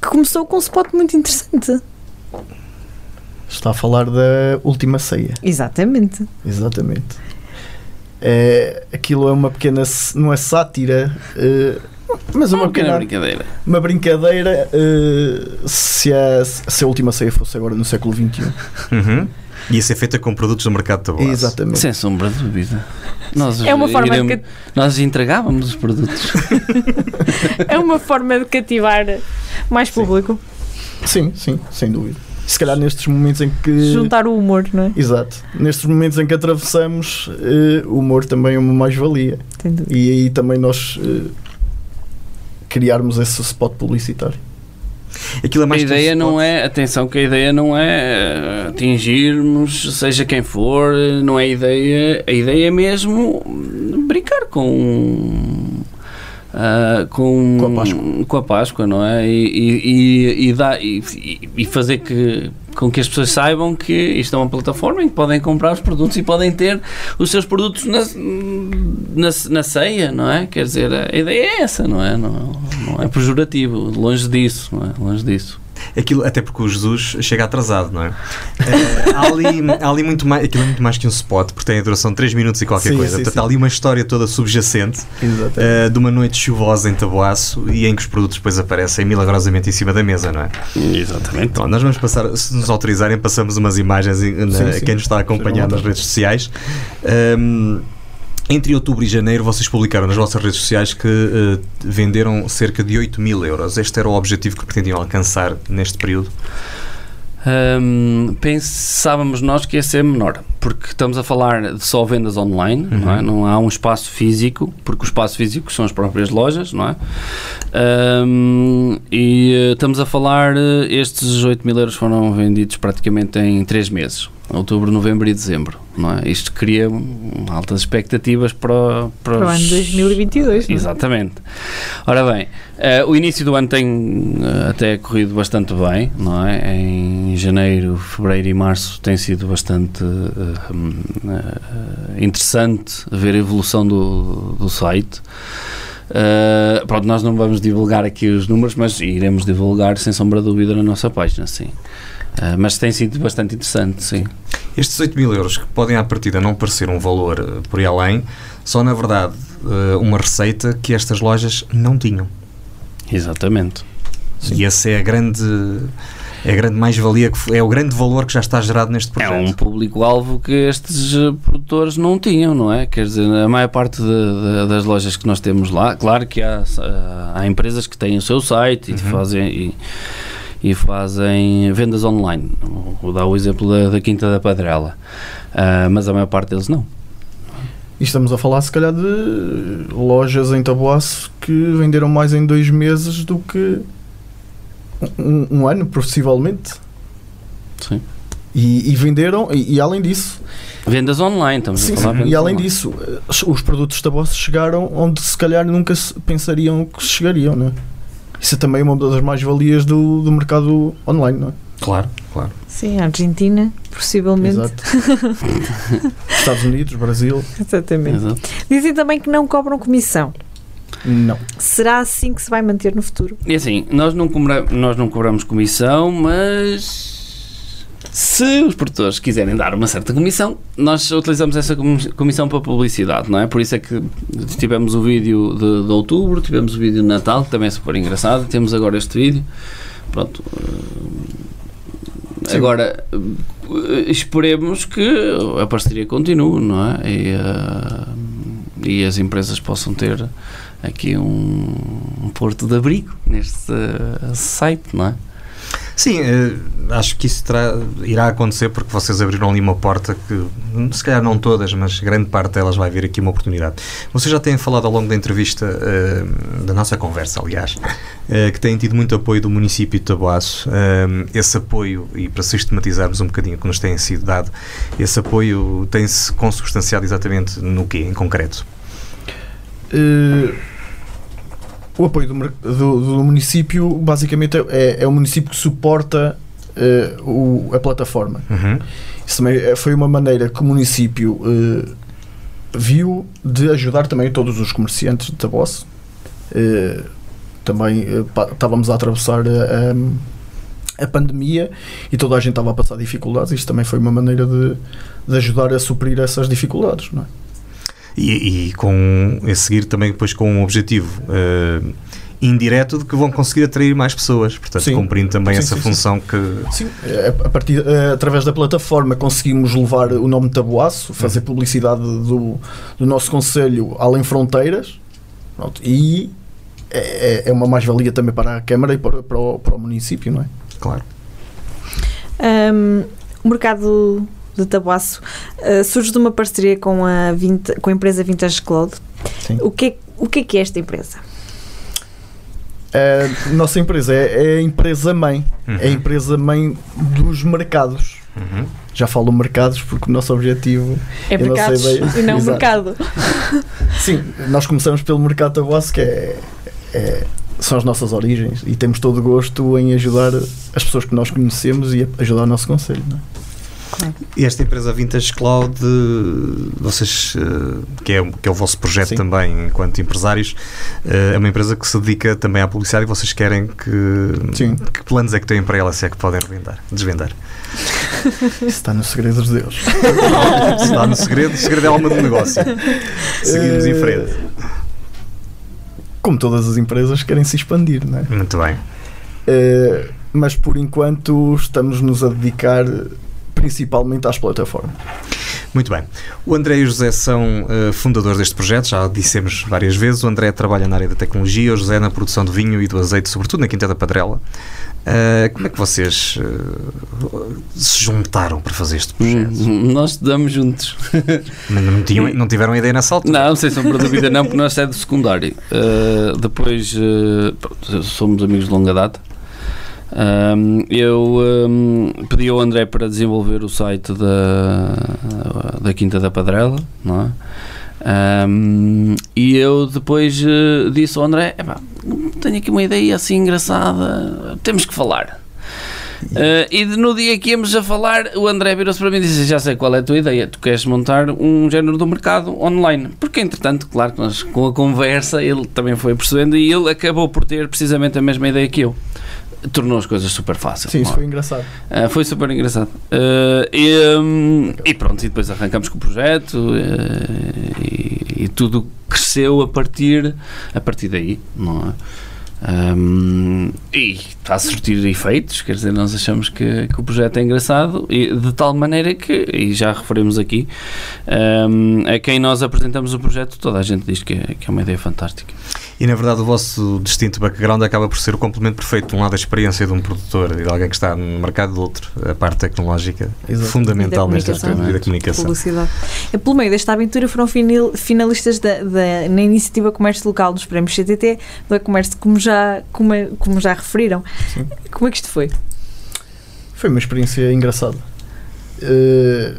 Speaker 8: que começou com um spot muito interessante.
Speaker 3: Está a falar da última ceia.
Speaker 8: Exatamente.
Speaker 3: Exatamente. É, aquilo é uma pequena. s- Não é sátira. eh, mas é uma,
Speaker 4: Uma pequena
Speaker 3: pequena
Speaker 4: brincadeira.
Speaker 3: uma brincadeira eh, se, a, se a última ceia fosse agora no século um. XXI.
Speaker 1: Uhum. Ia ser feita com produtos do mercado de tabaco.
Speaker 3: Exatamente.
Speaker 4: Sem sombra de dúvida. Nós
Speaker 5: É uma forma de
Speaker 4: iremos- Nós entregávamos os produtos.
Speaker 5: É uma forma de cativar mais público.
Speaker 3: Sim, sim, sem dúvida. Se calhar nestes momentos em que.
Speaker 8: Juntar o humor, não é?
Speaker 3: Exato. Nestes momentos em que atravessamos, eh, o humor também é uma mais-valia.
Speaker 8: Sem dúvida.
Speaker 3: E aí também nós eh, criarmos esse spot publicitário.
Speaker 1: Aquilo é
Speaker 4: a
Speaker 1: mais
Speaker 4: ideia não é, atenção, que a ideia não é eh, atingirmos, seja quem for, eh, não é a ideia. A ideia é mesmo hum, brincar com. ah, com,
Speaker 3: Com a Páscoa.
Speaker 4: com a Páscoa, não é? E, e, e- e dá- e- e- e fazer que, com que as pessoas saibam que isto é uma plataforma em que podem comprar os produtos e podem ter os seus produtos na, na, na ceia, não é? Quer dizer, a ideia é essa, não é? Não, não é pejorativo, longe disso, não é? Longe disso.
Speaker 1: Aquilo, até porque o Jesus chega atrasado, não é? Eh, há, ali, há ali muito mais. Aquilo é muito mais que um spot, porque tem a duração de 3 minutos e qualquer
Speaker 3: Sim,
Speaker 1: coisa.
Speaker 3: sim,
Speaker 1: Portanto,
Speaker 3: sim.
Speaker 1: há ali uma história toda subjacente
Speaker 3: Exatamente.
Speaker 1: eh, de uma noite chuvosa em Taboaço e em que os produtos depois aparecem milagrosamente em cima da mesa, não é?
Speaker 4: Exatamente.
Speaker 1: Então, nós vamos passar, se nos autorizarem, passamos umas imagens em- na-
Speaker 3: Sim, sim.
Speaker 1: quem nos está a acompanhar
Speaker 3: Sejam à
Speaker 1: nas
Speaker 3: vontade.
Speaker 1: redes sociais. Ahm, entre outubro e janeiro, vocês publicaram nas vossas redes sociais que eh, venderam cerca de 8 mil euros. Este era o objetivo que pretendiam alcançar neste período.
Speaker 4: Hum, pensávamos nós que ia ser menor, porque estamos a falar de só vendas online, não,
Speaker 8: Uhum.
Speaker 4: é? não há um espaço físico, porque o espaço físico são as próprias lojas, não é? Hum, e eh, estamos a falar, eh, estes 8 mil euros foram vendidos praticamente em 3 meses, outubro, novembro e dezembro, não é? Isto cria hum, altas expectativas para, para,
Speaker 8: Para o
Speaker 4: os-
Speaker 8: ano 2022. não é?
Speaker 4: Exatamente. Ora bem, eh, o início do ano tem eh, até corrido bastante bem, não é? Em janeiro, fevereiro e março tem sido bastante eh, hum, eh, interessante ver a evolução do, do site. Eh, pronto, nós não vamos divulgar aqui os números, mas iremos divulgar sem sombra de dúvida na nossa página, sim. Eh, mas tem sido bastante interessante, sim.
Speaker 1: Estes 8 mil euros, que podem à partida não parecer um valor eh, por aí além, são na verdade eh, uma receita que estas lojas não tinham.
Speaker 4: Exatamente.
Speaker 1: E essa é a grande. É a grande mais-valia, que f- é o grande valor que já está gerado neste
Speaker 4: É
Speaker 1: projeto.
Speaker 4: um público-alvo que estes eh, produtores não tinham, não é? Quer dizer, a maior parte de- de- das lojas que nós temos lá, claro que há, eh, há empresas que têm o seu
Speaker 3: Uhum.
Speaker 4: site e fazem. e- e fazem vendas online. Vou dar o exemplo da, da Quinta da Padrela. Ah, mas a maior parte deles não.
Speaker 3: E estamos a falar, se calhar, de lojas em Taboaço que venderam mais em dois meses do que um, um ano, possivelmente.
Speaker 4: Sim.
Speaker 3: E, e venderam, e, e além disso,
Speaker 4: Vendas online, estamos
Speaker 3: sim,
Speaker 4: a falar.
Speaker 3: sim,
Speaker 4: vendas
Speaker 3: e além
Speaker 4: online.
Speaker 3: disso, eh, os produtos de Taboaço chegaram onde se calhar nunca se- pensariam que chegariam, não é? Isso é também uma das mais-valias do, do mercado online, não é?
Speaker 1: Claro, claro.
Speaker 8: Sim, a Argentina, possivelmente.
Speaker 3: Exato. Estados Unidos, Brasil,
Speaker 8: Exatamente.
Speaker 4: Exato.
Speaker 8: Dizem também que não cobram comissão.
Speaker 3: não.
Speaker 8: Será assim que se vai manter no futuro?
Speaker 4: E assim, nós não, cobra- nós não cobramos comissão, mas se os produtores quiserem dar uma certa comissão, nós utilizamos essa comi- comissão para publicidade, não é? Por isso é que tivemos o vídeo de, de outubro, tivemos o vídeo de Natal, que também é super engraçado, temos agora este vídeo. Pronto. eh,
Speaker 3: Sim.
Speaker 4: Agora, eh, esperemos que a parceria continue, não é? E, eh, e as empresas possam ter aqui um, um porto de abrigo neste eh, site, não é?
Speaker 1: Sim, eh, acho que isso terá- irá acontecer porque vocês abriram ali uma porta que, hum, se calhar não todas, mas grande parte delas vai vir aqui uma oportunidade. Vocês já têm falado ao longo da entrevista, eh, da nossa conversa, aliás, eh, que têm tido muito apoio do município de Taboaço. Eh, Esse apoio, e para sistematizarmos um bocadinho o que nos tem sido dado, esse apoio tem-se consubstanciado exatamente no quê, em concreto?
Speaker 3: Eh, o apoio do, mer- do- do município basicamente é, é o município que suporta eh, o- a plataforma.
Speaker 1: Uhum.
Speaker 3: Isso também eh, foi uma maneira que o município eh, viu de ajudar também todos os comerciantes de Tabosse. Eh, também eh, pa- estávamos a atravessar eh, um, a, pandemia e toda a gente estava a passar dificuldades. Isto também foi uma maneira de, de ajudar a suprir essas dificuldades. Não é?
Speaker 1: E, e com, a seguir também depois com um objetivo eh, indireto de que vão conseguir atrair mais pessoas, portanto
Speaker 3: Sim.
Speaker 1: cumprindo também
Speaker 3: Sim,
Speaker 1: essa
Speaker 3: sim, sim.
Speaker 1: função que...
Speaker 3: Sim, eh, a partir, eh, através da plataforma conseguimos levar o nome de Taboaço, fazer publicidade do, do nosso conselho além fronteiras pronto, e é, é- é uma mais-valia também para a Câmara e para, para, o, para o município, não é?
Speaker 1: Claro.
Speaker 5: Hum, o mercado de tabuaço eh, surge de uma parceria com a, vinta- com a empresa Vintage Cloud.
Speaker 3: Sim.
Speaker 5: O que, é, o que é que é esta empresa?
Speaker 3: A nossa empresa é, é a empresa-mãe, é a empresa-mãe dos mercados. Já falo mercados porque o nosso objetivo
Speaker 5: É
Speaker 3: Eu não sei
Speaker 5: mercados
Speaker 3: bem.
Speaker 5: e não
Speaker 3: Exato.
Speaker 5: mercado.
Speaker 3: Sim, nós começamos pelo mercado tabuaço, que é, é- são as nossas origens e temos todo o gosto em ajudar as pessoas que nós conhecemos e ajudar o nosso conselho. não é?
Speaker 1: E esta empresa Vintage Cloud, eh, vocês, eh, que, é, que é o vosso projeto
Speaker 3: Sim.
Speaker 1: também enquanto empresários, eh, é uma empresa que se dedica também à publicidade e vocês querem que...
Speaker 3: Sim.
Speaker 1: Que planos é que têm para ela, se é que podem revendar, desvendar?
Speaker 3: Isso está nos segredos de Deus.
Speaker 1: se está no segredo, o segredo é a alma do negócio. Seguimos em
Speaker 3: Eh,
Speaker 1: frente.
Speaker 3: Como todas as empresas querem se expandir, não é?
Speaker 1: Muito bem.
Speaker 3: Eh, mas por enquanto estamos-nos a dedicar principalmente às plataformas.
Speaker 1: Muito bem. O André e o José são eh, fundadores deste projeto, já dissemos várias vezes. O André trabalha na área da tecnologia, o José na produção de vinho e do azeite, sobretudo na Quinta da Padrela. Eh, como é que vocês eh, se juntaram para fazer este projeto?
Speaker 4: Hum, Nós estudamos juntos.
Speaker 1: Não, não tinham- não tiveram ideia nessa altura?
Speaker 4: Não, sem sombra de dúvida, não, porque nós é do secundário. Uh, depois uh, pronto, somos amigos de longa data. Um, eu um, pedi ao André para desenvolver o site da, da Quinta da Padrela, não é? Um, e eu depois uh, disse ao André: "Epá, tenho aqui uma ideia assim engraçada, temos que falar. Eh, e de- no dia que íamos a falar, o André virou-se para mim e disse: Já sei qual é a tua ideia, tu queres montar um género do mercado online. Porque, entretanto, claro que nós, com a conversa, ele também foi percebendo e ele acabou por ter precisamente a mesma ideia que eu. Tornou as coisas super fáceis.
Speaker 3: Sim, isso foi engraçado.
Speaker 4: Ah, foi super engraçado. Ah, e, hum, e pronto, e depois arrancamos com o projeto eh, e, e tudo cresceu a partir, a partir daí, não é? Hum, e está a surtir efeitos, quer dizer, nós achamos que, que o projeto é engraçado e de tal maneira que, e já referimos aqui, hum, a quem nós apresentamos o projeto, toda a gente diz que é, que é uma ideia fantástica.
Speaker 1: E na verdade o vosso distinto background acaba por ser o complemento perfeito, de um lado a experiência de um produtor e de alguém que está no mercado do outro, a parte tecnológica,
Speaker 3: Exato.
Speaker 1: fundamental
Speaker 2: E da
Speaker 1: neste aspecto e da comunicação.
Speaker 2: Publicidade.
Speaker 5: E É, Pelo meio desta aventura foram finil- finalistas da, da- na iniciativa Comércio Local dos Prémios CTT, da Comércio, como já, como, é- como já referiram.
Speaker 3: Sim.
Speaker 5: Como é que isto foi?
Speaker 3: Foi uma experiência engraçada. Eh,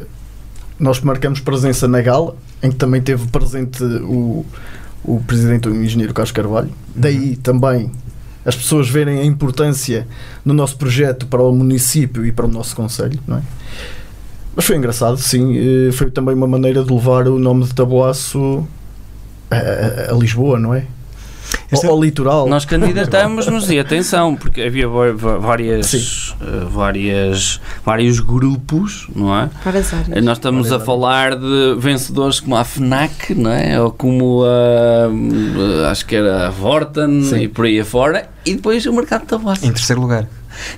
Speaker 3: nós marcamos presença na gala, em que também teve presente o, o presidente, o engenheiro Carlos Carvalho. Daí também as pessoas verem a importância do nosso projeto para o município e para o nosso conselho, não é? Mas foi engraçado, sim. eh, Foi também uma maneira de levar o nome de Taboaço a, a- a Lisboa, não é?
Speaker 1: Este é-
Speaker 3: Ao, ao litoral.
Speaker 4: Nós candidatamos-nos e atenção, porque havia va- va- várias, eh, várias, vários grupos, não é?
Speaker 5: Várias áreas.
Speaker 4: Nós estamos a
Speaker 3: Várias áreas.
Speaker 4: falar de vencedores como a FNAC, não é? Ou como a. hum, acho que era a Vorten
Speaker 3: Sim.
Speaker 4: e por aí afora, e depois o mercado de tabaco.
Speaker 1: Em terceiro lugar.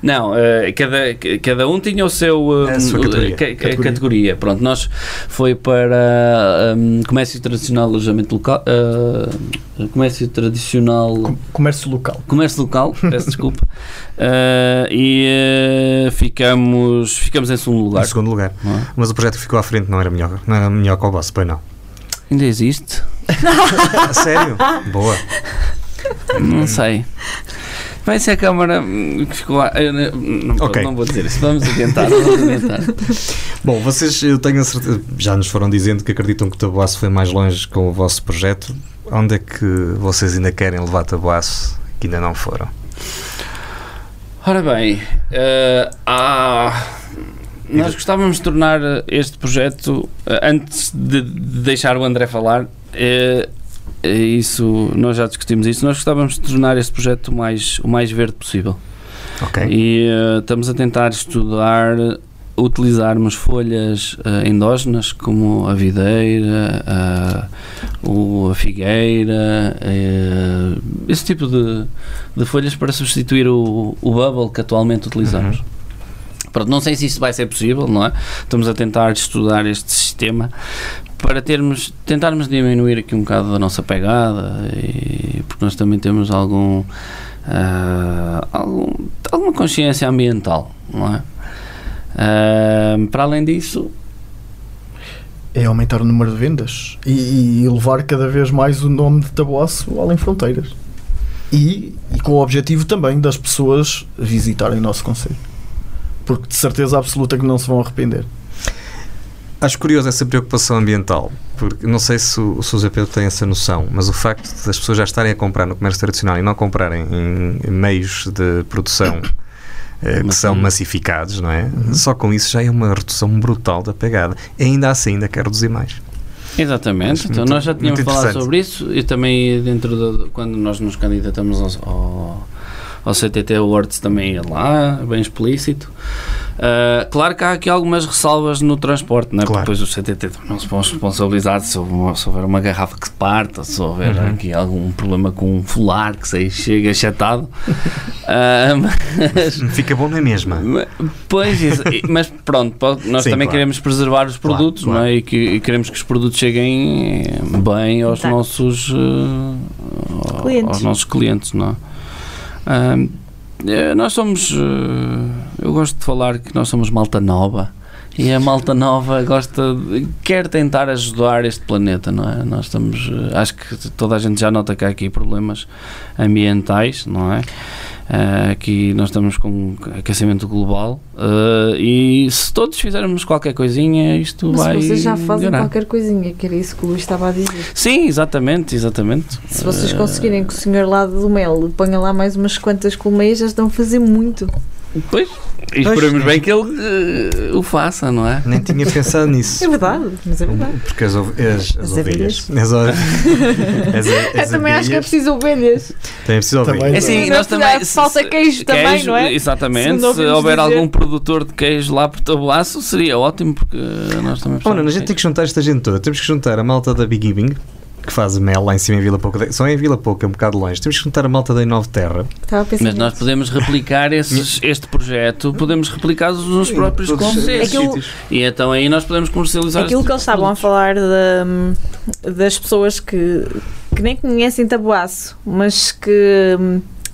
Speaker 4: Não, eh, cada, cada um tinha o seu. eh,
Speaker 1: A sua categoria.
Speaker 4: ca- ca-
Speaker 3: Categoria.
Speaker 4: categoria. Pronto, nós foi para hum, comércio tradicional, alojamento local. eh, comércio tradicional.
Speaker 3: Com- Comércio local.
Speaker 4: Comércio local, peço desculpa. Ah, e eh, ficamos, ficamos em segundo lugar.
Speaker 1: Em segundo lugar.
Speaker 4: não é?
Speaker 1: Mas o projeto que ficou à frente não era melhor, não era melhor que o vosso, pois não.
Speaker 4: Ainda existe?
Speaker 1: A sério? Boa.
Speaker 4: Não sei. Vai ser a Câmara hum, que ficou lá. Eu não, não,
Speaker 1: Ok.
Speaker 4: não vou dizer isso. Vamos adiantar. vamos adiantar.
Speaker 1: Bom, vocês, eu tenho a certeza, já nos foram dizendo que acreditam que o Tabuaço foi mais longe com o vosso projeto. Onde é que vocês ainda querem levar tabuaço que ainda não foram?
Speaker 4: Ora bem, eh, há- nós gostávamos de tornar este projeto, eh, antes de de deixar o André falar, eh, eh, isso, nós já discutimos isso, nós gostávamos de tornar este projeto o mais, o mais verde possível.
Speaker 1: Ok?
Speaker 4: E eh, estamos a tentar estudar utilizarmos folhas eh, endógenas como a videira, a, o- a figueira, eh, esse tipo de, de folhas para substituir o, o bubble que atualmente utilizamos. Pronto, não sei se isso vai ser possível, não é? Estamos a tentar estudar este sistema para termos, tentarmos diminuir aqui um bocado a nossa pegada, e- porque nós também temos algum, ah, algum alguma consciência ambiental, não é? Ah, para além disso,
Speaker 3: É aumentar o número de vendas e, e elevar cada vez mais o nome de Taboaço além fronteiras. E, e com o objetivo também das pessoas visitarem o nosso conselho. Porque de certeza absoluta que não se vão arrepender.
Speaker 1: Acho curioso essa preocupação ambiental, porque não sei se o, se o Zé Pedro tem essa noção, mas o facto das pessoas já estarem a comprar no comércio tradicional e não comprarem em, em meios de produção eh, que são
Speaker 4: Uhum.
Speaker 1: massificados, não é? Só com isso já é uma redução brutal da pegada. Ainda assim, ainda quer reduzir mais.
Speaker 4: Exatamente,
Speaker 1: Acho
Speaker 4: então
Speaker 1: muito-
Speaker 4: nós já tínhamos
Speaker 1: muito
Speaker 4: falado
Speaker 1: interessante.
Speaker 4: sobre isso e também dentro do, quando nós nos candidatamos ao, ao, ao CTT Awards também é lá, bem explícito. Ah, claro que há aqui algumas ressalvas no transporte, né?
Speaker 1: Claro.
Speaker 4: porque depois o CTT também não se vão responsabilizar se houver, se houver uma garrafa que se parta, se houver
Speaker 1: Uhum.
Speaker 4: aqui algum problema com um fular que se chega achatado. Ah, mas,
Speaker 1: Fica bom na mesma.
Speaker 4: Ma- Pois, isso, e- mas pronto, po- nós
Speaker 1: Sim,
Speaker 4: também
Speaker 1: claro.
Speaker 4: queremos preservar os
Speaker 1: Claro,
Speaker 4: produtos
Speaker 1: claro.
Speaker 4: Não é? e, que, e queremos que os produtos cheguem eh, bem aos
Speaker 5: Intactos.
Speaker 4: nossos eh,
Speaker 5: Clientes.
Speaker 4: aos nossos clientes, não é? Ah, eh, nós somos, eh, eu gosto de falar que nós somos malta nova e a malta nova gosta, de- quer tentar ajudar este planeta, não é? Nós estamos, eh, acho que toda a gente já nota que há aqui problemas ambientais, não é? Ah, aqui nós estamos com aquecimento global ah, e se todos fizermos qualquer coisinha isto
Speaker 8: Mas
Speaker 4: vai
Speaker 8: vocês já fazem
Speaker 4: melhorar.
Speaker 8: qualquer coisinha, que era isso que o Luís estava a dizer.
Speaker 4: Sim, exatamente, exatamente.
Speaker 5: Se vocês
Speaker 4: Ah,
Speaker 5: conseguirem que o senhor lá do mel ponha lá mais umas quantas colmeias, já estão a fazer muito.
Speaker 4: Pois, e esperemos bem que ele ah, o faça, não é?
Speaker 1: Nem tinha pensado nisso.
Speaker 5: É verdade, mas é verdade.
Speaker 1: Porque as, ov- as, as
Speaker 2: As
Speaker 1: ovelhas. As ovelhas. As,
Speaker 8: Eu também acho que é preciso ovelhas.
Speaker 1: Também é preciso
Speaker 3: Também.
Speaker 1: ovelhas.
Speaker 4: É assim,
Speaker 8: Não
Speaker 4: nós
Speaker 8: se dá-
Speaker 4: também. se-
Speaker 8: falta
Speaker 4: se-
Speaker 8: queijo também, não é?
Speaker 4: Exatamente.
Speaker 8: Segundo
Speaker 4: Se
Speaker 8: ouvimos
Speaker 4: houver
Speaker 8: dizer.
Speaker 4: algum produtor de queijo lá por Tabuaço, seria ótimo, porque nós também
Speaker 1: Ora, a
Speaker 4: precisamos de
Speaker 1: gente tem
Speaker 4: queijo.
Speaker 1: que juntar esta gente toda. Temos que juntar a malta da Big Giving, que faz mel lá em cima em Vila Pouca. Só em Vila Pouca, um bocado longe. Temos que juntar a malta da Inove Terra.
Speaker 5: Estava a pensar.
Speaker 4: Mas nós podemos replicar esses- este projeto, podemos replicá-los nos próprios
Speaker 1: Todos os
Speaker 4: conselhos.
Speaker 1: sítios.
Speaker 4: E então aí nós podemos comercializar.
Speaker 5: Aquilo
Speaker 4: este
Speaker 5: que
Speaker 4: tipo
Speaker 5: eles
Speaker 4: de
Speaker 5: estavam a
Speaker 4: produtos.
Speaker 5: falar da- das pessoas que, que nem conhecem tabuaço, mas que,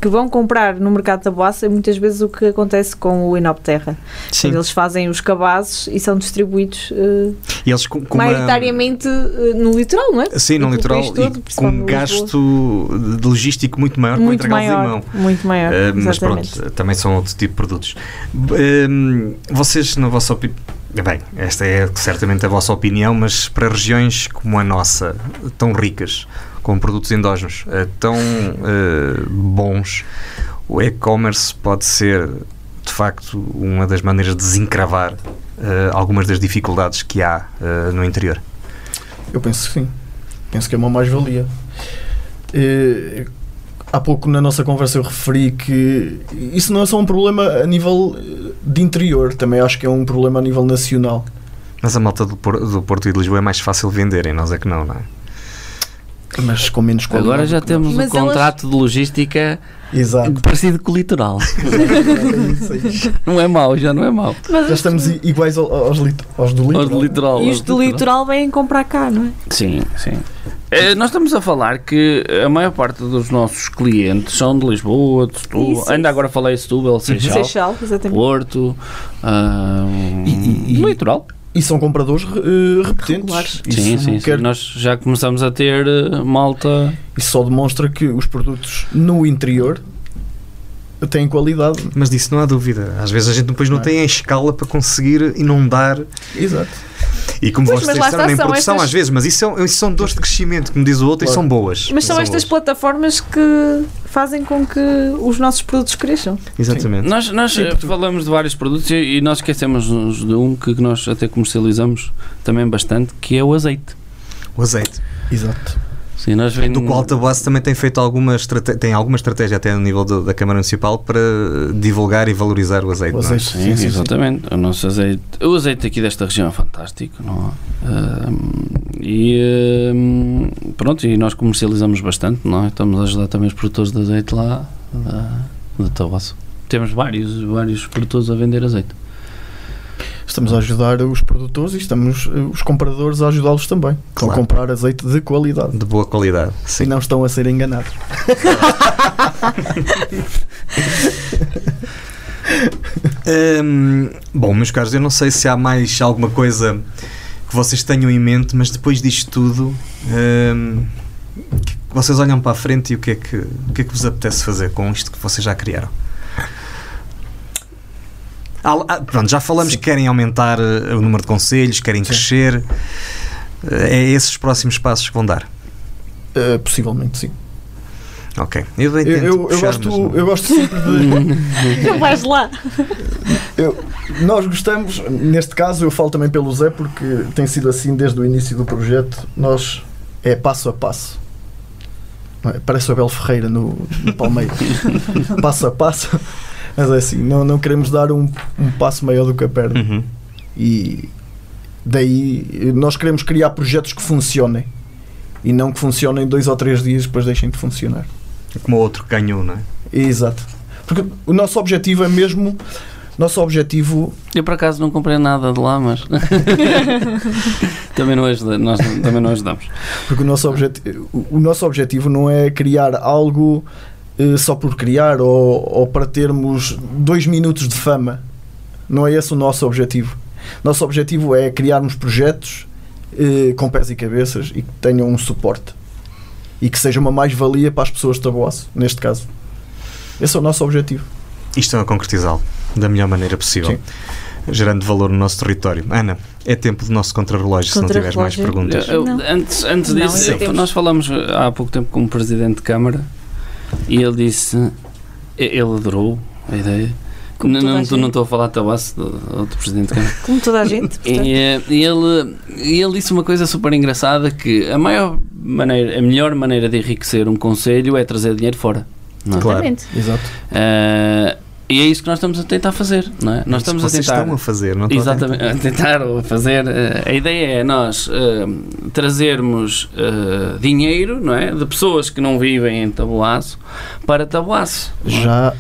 Speaker 5: que vão comprar no mercado de tabuaço é muitas vezes o que acontece com o Inopterra. Quando eles fazem os cabazes e são distribuídos eh,
Speaker 1: E eles com, com uma-
Speaker 5: maioritariamente eh, no litoral, não é?
Speaker 1: Sim, no
Speaker 5: pelo
Speaker 1: litoral.
Speaker 5: país todo,
Speaker 1: e com um
Speaker 5: principalmente Lisboa.
Speaker 1: gasto de logístico muito maior que para
Speaker 5: Muito
Speaker 1: entregá-los em
Speaker 5: maior,
Speaker 1: mão.
Speaker 5: muito maior,
Speaker 1: Ah, mas
Speaker 5: exatamente.
Speaker 1: pronto, também são outro tipo de produtos. B- hum, vocês, na vossa opinião. Bem, esta é certamente a vossa opinião, mas para regiões como a nossa, tão ricas, com produtos endógenos, eh, tão eh, bons, o e-commerce pode ser, de facto, uma das maneiras de desencravar eh, algumas das dificuldades que há eh, no interior.
Speaker 3: Eu penso que sim. Penso que é uma mais-valia. Eh, há pouco na nossa conversa eu referi que isso não é só um problema a nível eh, de interior, também acho que é um problema a nível nacional.
Speaker 1: Mas a malta do, Por- do Porto e de Lisboa é mais fácil venderem, nós é que não, não é?
Speaker 3: Mas com menos qualidade.
Speaker 4: Agora já temos um
Speaker 5: Mas elas-
Speaker 4: contrato de logística
Speaker 3: Exato.
Speaker 4: parecido com o litoral. Não é mau, já não é mau.
Speaker 3: já estamos i- iguais ao- aos, lit- aos do
Speaker 4: Ou de
Speaker 3: litro. é?
Speaker 4: litoral.
Speaker 5: E
Speaker 4: ou
Speaker 5: os
Speaker 4: de
Speaker 5: do litoral vêm comprar cá, não é?
Speaker 4: Sim, sim. Eh, nós estamos a falar que a maior parte dos nossos clientes são de Lisboa, de Setúbal.
Speaker 5: Isso, isso.
Speaker 4: Ainda agora falei Setúbal, Seixal,
Speaker 5: Seixal, exatamente.
Speaker 4: Porto, ah,
Speaker 3: E- e-
Speaker 4: no litoral.
Speaker 3: E são compradores eh, repetentes.
Speaker 5: Regulares.
Speaker 3: Isso
Speaker 4: sim, sim, sim.
Speaker 3: quer-
Speaker 4: Nós já começamos a ter eh, malta.
Speaker 3: Isso só demonstra que os produtos no interior têm qualidade.
Speaker 1: Mas disso não há dúvida. Às vezes a gente depois não
Speaker 3: Não é?
Speaker 1: tem a escala para conseguir inundar
Speaker 3: Exato.
Speaker 1: E como
Speaker 5: Pois,
Speaker 1: vocês
Speaker 5: mas lá
Speaker 1: disseram,
Speaker 5: está,
Speaker 1: em
Speaker 5: são
Speaker 1: produção
Speaker 5: estas-
Speaker 1: às vezes, mas isso são, isso são dores de crescimento, como diz o outro, e
Speaker 3: Claro.
Speaker 1: são boas.
Speaker 5: Mas são
Speaker 1: São
Speaker 5: estas
Speaker 1: boas.
Speaker 5: plataformas que fazem com que os nossos produtos cresçam.
Speaker 1: Exatamente.
Speaker 4: Nós, nós eh, falamos de vários produtos e, e nós esquecemos de um que que nós até comercializamos também bastante, que é o azeite.
Speaker 1: O azeite.
Speaker 3: Exato.
Speaker 4: Sim, nós vem-
Speaker 1: Do qual a Tabuaço também tem feito alguma estratégia, tem alguma estratégia até no nível do- da Câmara Municipal para divulgar e valorizar o azeite.
Speaker 3: O
Speaker 1: não é?
Speaker 3: azeite.
Speaker 4: Sim, exatamente. O nosso azeite. O azeite aqui desta região é fantástico, não é? Ah, e hum, pronto, e nós comercializamos bastante, não é? Estamos a ajudar também os produtores de azeite lá da, da Tabasso. Temos vários, vários produtores a vender azeite.
Speaker 3: Estamos a ajudar os produtores e estamos eh, os compradores a ajudá-los também. Estão a
Speaker 1: Claro.
Speaker 3: comprar azeite de qualidade.
Speaker 1: De boa qualidade.
Speaker 3: E não estão a ser enganados.
Speaker 1: Hum, bom, meus caros, eu não sei se há mais alguma coisa que vocês tenham em mente, mas depois disto tudo, hum, que- que vocês olham para a frente e o que, é que, o que é que vos apetece fazer com isto que vocês já criaram? Há- há- ah, pronto, já falamos que querem aumentar eh, o número de conselhos, querem crescer. Eh, É esses os próximos passos que vão dar.
Speaker 3: Eh, possivelmente, sim.
Speaker 1: Ok. Eu,
Speaker 3: Eu,
Speaker 1: tento
Speaker 3: eu- eu
Speaker 1: puxar,
Speaker 3: gosto,
Speaker 1: mas não-
Speaker 3: eu gosto sempre de.
Speaker 5: Não vais lá.
Speaker 3: Nós gostamos, neste caso eu falo também pelo Zé, porque tem sido assim desde o início do projeto. Nós é passo a passo. Não é? Parece o Abel Ferreira no, no Palmeiras. passo a passo. Mas é assim, não, não queremos dar um, um passo maior do que a perna.
Speaker 1: Uhum.
Speaker 3: E daí eh, nós queremos criar projetos que funcionem e não que funcionem dois ou três dias e depois deixem de funcionar.
Speaker 1: Como o outro ganhou, não é?
Speaker 3: Exato. Porque o nosso objetivo é mesmo. Nosso objetivo.
Speaker 4: Eu por acaso não comprei nada de lá, mas também, não ajuda, nós, também não ajudamos.
Speaker 3: Porque o nosso, objet, o, o nosso objetivo não é criar algo eh, só por criar ou, ou para termos dois minutos de fama. Não é esse o nosso objetivo. Nosso objetivo é criarmos projetos eh, com pés e cabeças e que tenham um suporte. E que seja uma mais-valia para as pessoas de Taboaço, neste caso. Esse é o nosso objetivo.
Speaker 1: e estão a é concretizá-lo da melhor maneira possível,
Speaker 3: Sim.
Speaker 1: gerando valor no nosso território. Ana, é tempo do nosso contrarrelógio, se não tiveres mais
Speaker 5: Contrarrelógio.
Speaker 1: perguntas.
Speaker 4: Eu- eu-
Speaker 5: Não.
Speaker 4: antes antes
Speaker 5: Não,
Speaker 4: disso,
Speaker 5: ainda temos.
Speaker 4: nós falamos eh, há pouco tempo com o Presidente de Câmara e ele disse, e- ele adorou a ideia.
Speaker 5: Como
Speaker 4: Não,
Speaker 5: toda a
Speaker 4: não,
Speaker 5: gente.
Speaker 4: não estou a falar de Tabasso, do outro Presidente de Câmara.
Speaker 5: Como toda a gente. portanto.
Speaker 4: E, eh, ele, e ele disse uma coisa super engraçada que a maior maneira, a melhor maneira de enriquecer um conselho é trazer dinheiro fora. não é?
Speaker 1: Claro.
Speaker 5: Exatamente.
Speaker 3: Exato.
Speaker 4: Eh, e é isso que nós estamos a tentar fazer, não é? Nós estamos a
Speaker 1: Vocês
Speaker 4: tentar
Speaker 1: estão a fazer, não estão a tentar?
Speaker 4: Exatamente, tentar ou fazer. eh, A ideia é nós eh, trazermos eh, dinheiro, não é? De pessoas que não vivem em Taboaço para Taboaço. não é?
Speaker 3: Já,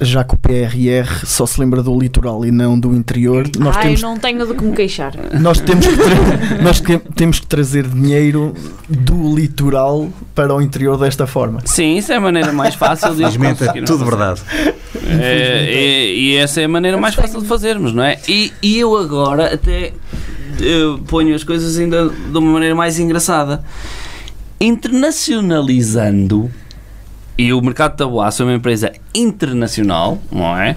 Speaker 3: já que o PRR só se lembra do litoral e não do interior, nós,
Speaker 5: Ai,
Speaker 3: temos,
Speaker 5: não tenho do que me queixar.
Speaker 3: nós, temos, que tra- nós que- temos que trazer dinheiro do litoral para o interior desta forma.
Speaker 4: Sim, isso é a maneira mais fácil de
Speaker 1: Felizmente é
Speaker 4: conseguir
Speaker 1: tudo
Speaker 4: fazer.
Speaker 1: verdade.
Speaker 4: É, é, e essa é a maneira mais fácil de fazermos, não é? E, e eu agora até eu ponho as coisas ainda de uma maneira mais engraçada. Internacionalizando, e o mercado de tabuaço é uma empresa internacional, não é?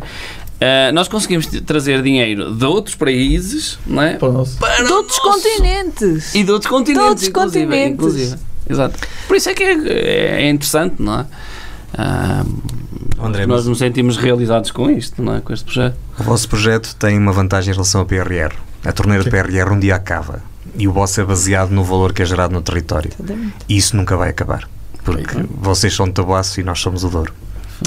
Speaker 4: Ah, nós conseguimos t- trazer dinheiro de outros países, não é?
Speaker 3: Para nós.
Speaker 4: Para
Speaker 5: De
Speaker 4: o
Speaker 5: outros
Speaker 4: nosso-
Speaker 5: continentes.
Speaker 4: E de outros continentes,
Speaker 5: outros
Speaker 4: inclusive,
Speaker 5: continentes.
Speaker 4: inclusive. Exato. Por isso é que é, é interessante, não é? Ah,
Speaker 1: André,
Speaker 4: nós nos sentimos realizados com isto, não é? Com este projeto.
Speaker 1: o vosso projeto tem uma vantagem em relação ao PRR. A torneira do PRR um dia acaba e o vosso é baseado no valor que é gerado no território. E isso nunca vai acabar. Porque vocês são de Tabuaço e nós somos o Douro.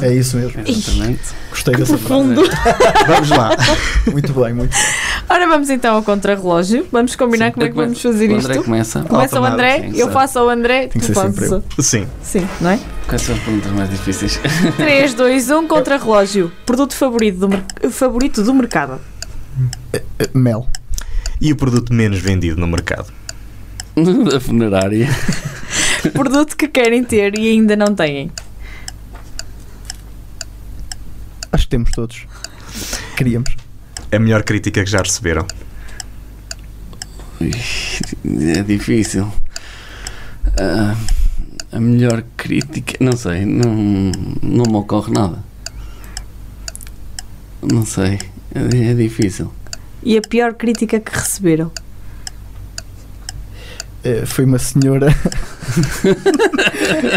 Speaker 3: É isso mesmo.
Speaker 4: Exatamente.
Speaker 3: Gostei dessa frase.
Speaker 1: Vamos lá.
Speaker 3: Muito bem, muito bem.
Speaker 5: Ora, vamos então ao contrarrelógio. Vamos combinar como é que vamos fazer
Speaker 4: o
Speaker 5: isto.
Speaker 4: André começa.
Speaker 5: Começa o
Speaker 1: Alternado,
Speaker 5: André,
Speaker 4: sim,
Speaker 5: eu
Speaker 4: sim.
Speaker 5: faço ao André, tu
Speaker 3: que ser
Speaker 5: fazes.
Speaker 3: sempre eu.
Speaker 1: Sim.
Speaker 5: Sim, não é?
Speaker 4: Quais são as perguntas mais difíceis?
Speaker 5: 3, 2, 1, contrarrelógio. Produto favorito do, mer- favorito do mercado.
Speaker 3: Eh, Mel.
Speaker 1: E o produto menos vendido no mercado?
Speaker 4: A funerária.
Speaker 5: Produto que querem ter e ainda não têm.
Speaker 3: Acho que temos todos. Queríamos.
Speaker 1: A melhor crítica que já receberam.
Speaker 4: É difícil. Ah, a melhor crítica. Não sei, não, não me ocorre nada. Não sei. É, é difícil.
Speaker 5: E a pior crítica que receberam.
Speaker 3: eh, foi uma senhora.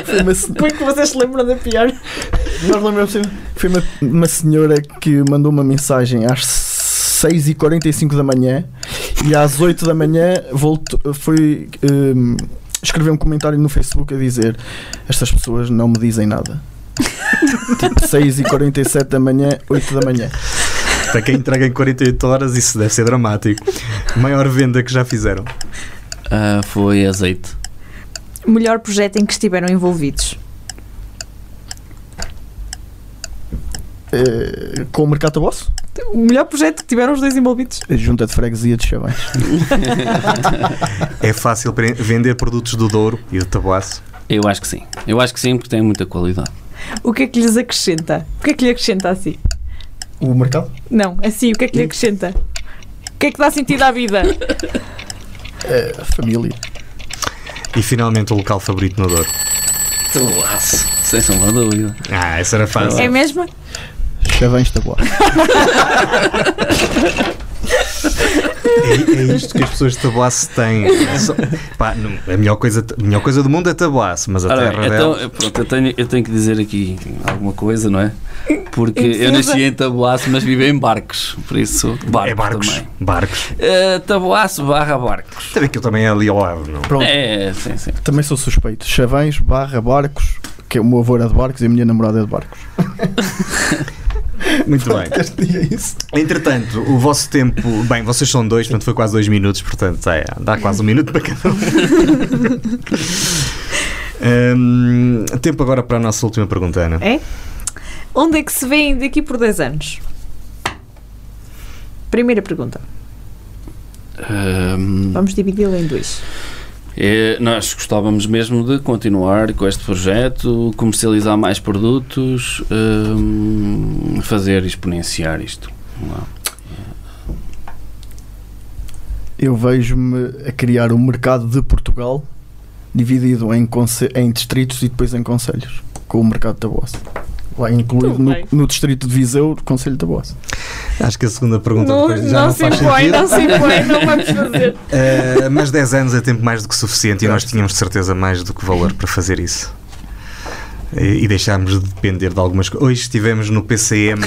Speaker 3: foi uma, se-
Speaker 2: Porque vocês se lembram da pior.
Speaker 3: nós lembramos foi uma, uma senhora que mandou uma mensagem às 6h45 da manhã e às 8 da manhã voltou, foi hum, escrever um comentário no Facebook a dizer estas pessoas não me dizem nada. tipo 6h47 da manhã, 8 da manhã.
Speaker 1: Para quem entrega em 48 horas, isso deve ser dramático. Maior venda que já fizeram.
Speaker 4: Ah, foi azeite.
Speaker 9: Melhor projeto em que estiveram envolvidos.
Speaker 3: Eh, com o mercado a bosso?
Speaker 2: O melhor projeto que tiveram os dois envolvidos.
Speaker 3: Junta de freguesia de Chavães.
Speaker 1: É fácil pre- vender produtos do Douro e do Tabuaço.
Speaker 4: Eu acho que sim. Eu acho que sim, porque tem muita qualidade.
Speaker 2: O que é que lhes acrescenta? O que é que lhe acrescenta assim?
Speaker 3: O mercado?
Speaker 2: Não, assim, o que é que lhe acrescenta? O que é que dá sentido à vida?
Speaker 3: Eh, a família.
Speaker 1: E finalmente o local favorito no Douro.
Speaker 4: Tabuaço. Sem sombra de dúvida.
Speaker 1: Ah, essa era fácil.
Speaker 2: É mesmo?
Speaker 3: Chavães da Boa.
Speaker 1: É, é isto que as pessoas de Tabuaço têm. É Só- pá, não- a, melhor coisa, a melhor coisa do mundo é Tabuaço, mas a
Speaker 4: Ora
Speaker 1: terra
Speaker 4: bem,
Speaker 1: dela.
Speaker 4: então, eh, pronto, eu tenho, eu tenho que dizer aqui alguma coisa, não é? Porque
Speaker 2: Em
Speaker 4: eu
Speaker 2: defesa.
Speaker 4: nasci em Tabuaço, mas vivo em barcos. Por isso, barcos,
Speaker 1: é barcos.
Speaker 4: também.
Speaker 1: Barcos.
Speaker 4: Eh, tabuaço barra barcos.
Speaker 1: Sabe que eu também é ali ao lado, não?
Speaker 3: Pronto.
Speaker 4: É, sim, sim.
Speaker 3: Também sou suspeito. Chavães barra barcos, que é o meu avô era de barcos e a minha namorada é de barcos.
Speaker 1: Muito bem.
Speaker 3: é isso.
Speaker 1: Entretanto, o vosso tempo. Bem, vocês são dois, portanto foi quase dois minutos, portanto é, dá quase um minuto para cada um. Hum, tempo agora para a nossa última pergunta, Ana.
Speaker 2: Onde é que se vêem daqui por 10 anos? Primeira pergunta.
Speaker 4: Ahm,
Speaker 2: Vamos dividi-la em dois.
Speaker 4: eh, Ah, nós gostávamos mesmo de continuar com este projeto, comercializar mais produtos, ahm, fazer exponenciar isto. Não
Speaker 3: Eu vejo-me a criar um mercado de Portugal dividido em, conce- em distritos e depois em conselhos, com o mercado de Taboas. Lá incluído
Speaker 2: Tudo
Speaker 3: no,
Speaker 2: bem.
Speaker 3: no distrito de Viseu, o Conselho de Taboas.
Speaker 1: Acho que a segunda pergunta
Speaker 2: não,
Speaker 1: depois já não,
Speaker 2: não se
Speaker 1: faz
Speaker 2: impõe,
Speaker 1: sentido.
Speaker 2: não se impõe, não vamos fazer.
Speaker 1: Uh, mas 10 anos é tempo mais do que suficiente e nós tínhamos de certeza mais do que valor para fazer isso. E, e deixámos de depender de algumas coisas. Hoje estivemos no PCM,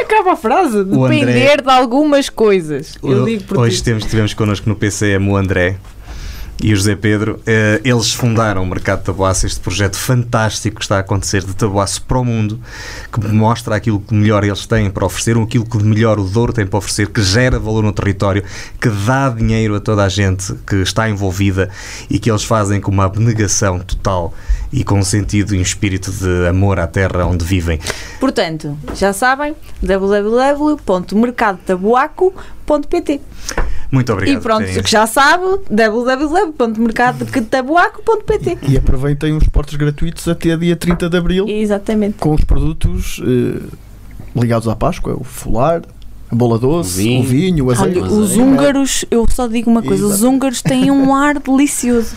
Speaker 2: Acaba a frase.
Speaker 1: O André-
Speaker 2: Depender de algumas coisas. Eu
Speaker 1: O-
Speaker 2: digo por
Speaker 1: hoje
Speaker 2: ti.
Speaker 1: temos, tivemos connosco no PCM o André e o José Pedro. Eh, eles fundaram o Mercado de Tabuaço, este projeto fantástico que está a acontecer de Tabuaço para o mundo, que mostra aquilo que melhor eles têm para oferecer, aquilo que de melhor o Douro tem para oferecer, que gera valor no território, que dá dinheiro a toda a gente que está envolvida e que eles fazem com uma abnegação total e com um sentido e um espírito de amor à terra onde vivem.
Speaker 2: Portanto, já sabem, www.mercadotabuaco.pt
Speaker 1: Muito obrigado.
Speaker 2: E
Speaker 1: por
Speaker 2: pronto,
Speaker 1: terem
Speaker 2: o que já sabe, www.mercadotabuaco.pt
Speaker 3: E aproveitem os portos gratuitos até dia 30 de Abril,
Speaker 2: Exatamente.
Speaker 3: com os produtos eh, ligados à Páscoa, o folar, a bola doce,
Speaker 4: O vinho.
Speaker 3: o vinho, o azeite.
Speaker 4: Olha, Mas
Speaker 9: Os
Speaker 4: aí-
Speaker 9: húngaros, eu só digo uma coisa: os
Speaker 3: Exato.
Speaker 9: húngaros têm um ar delicioso.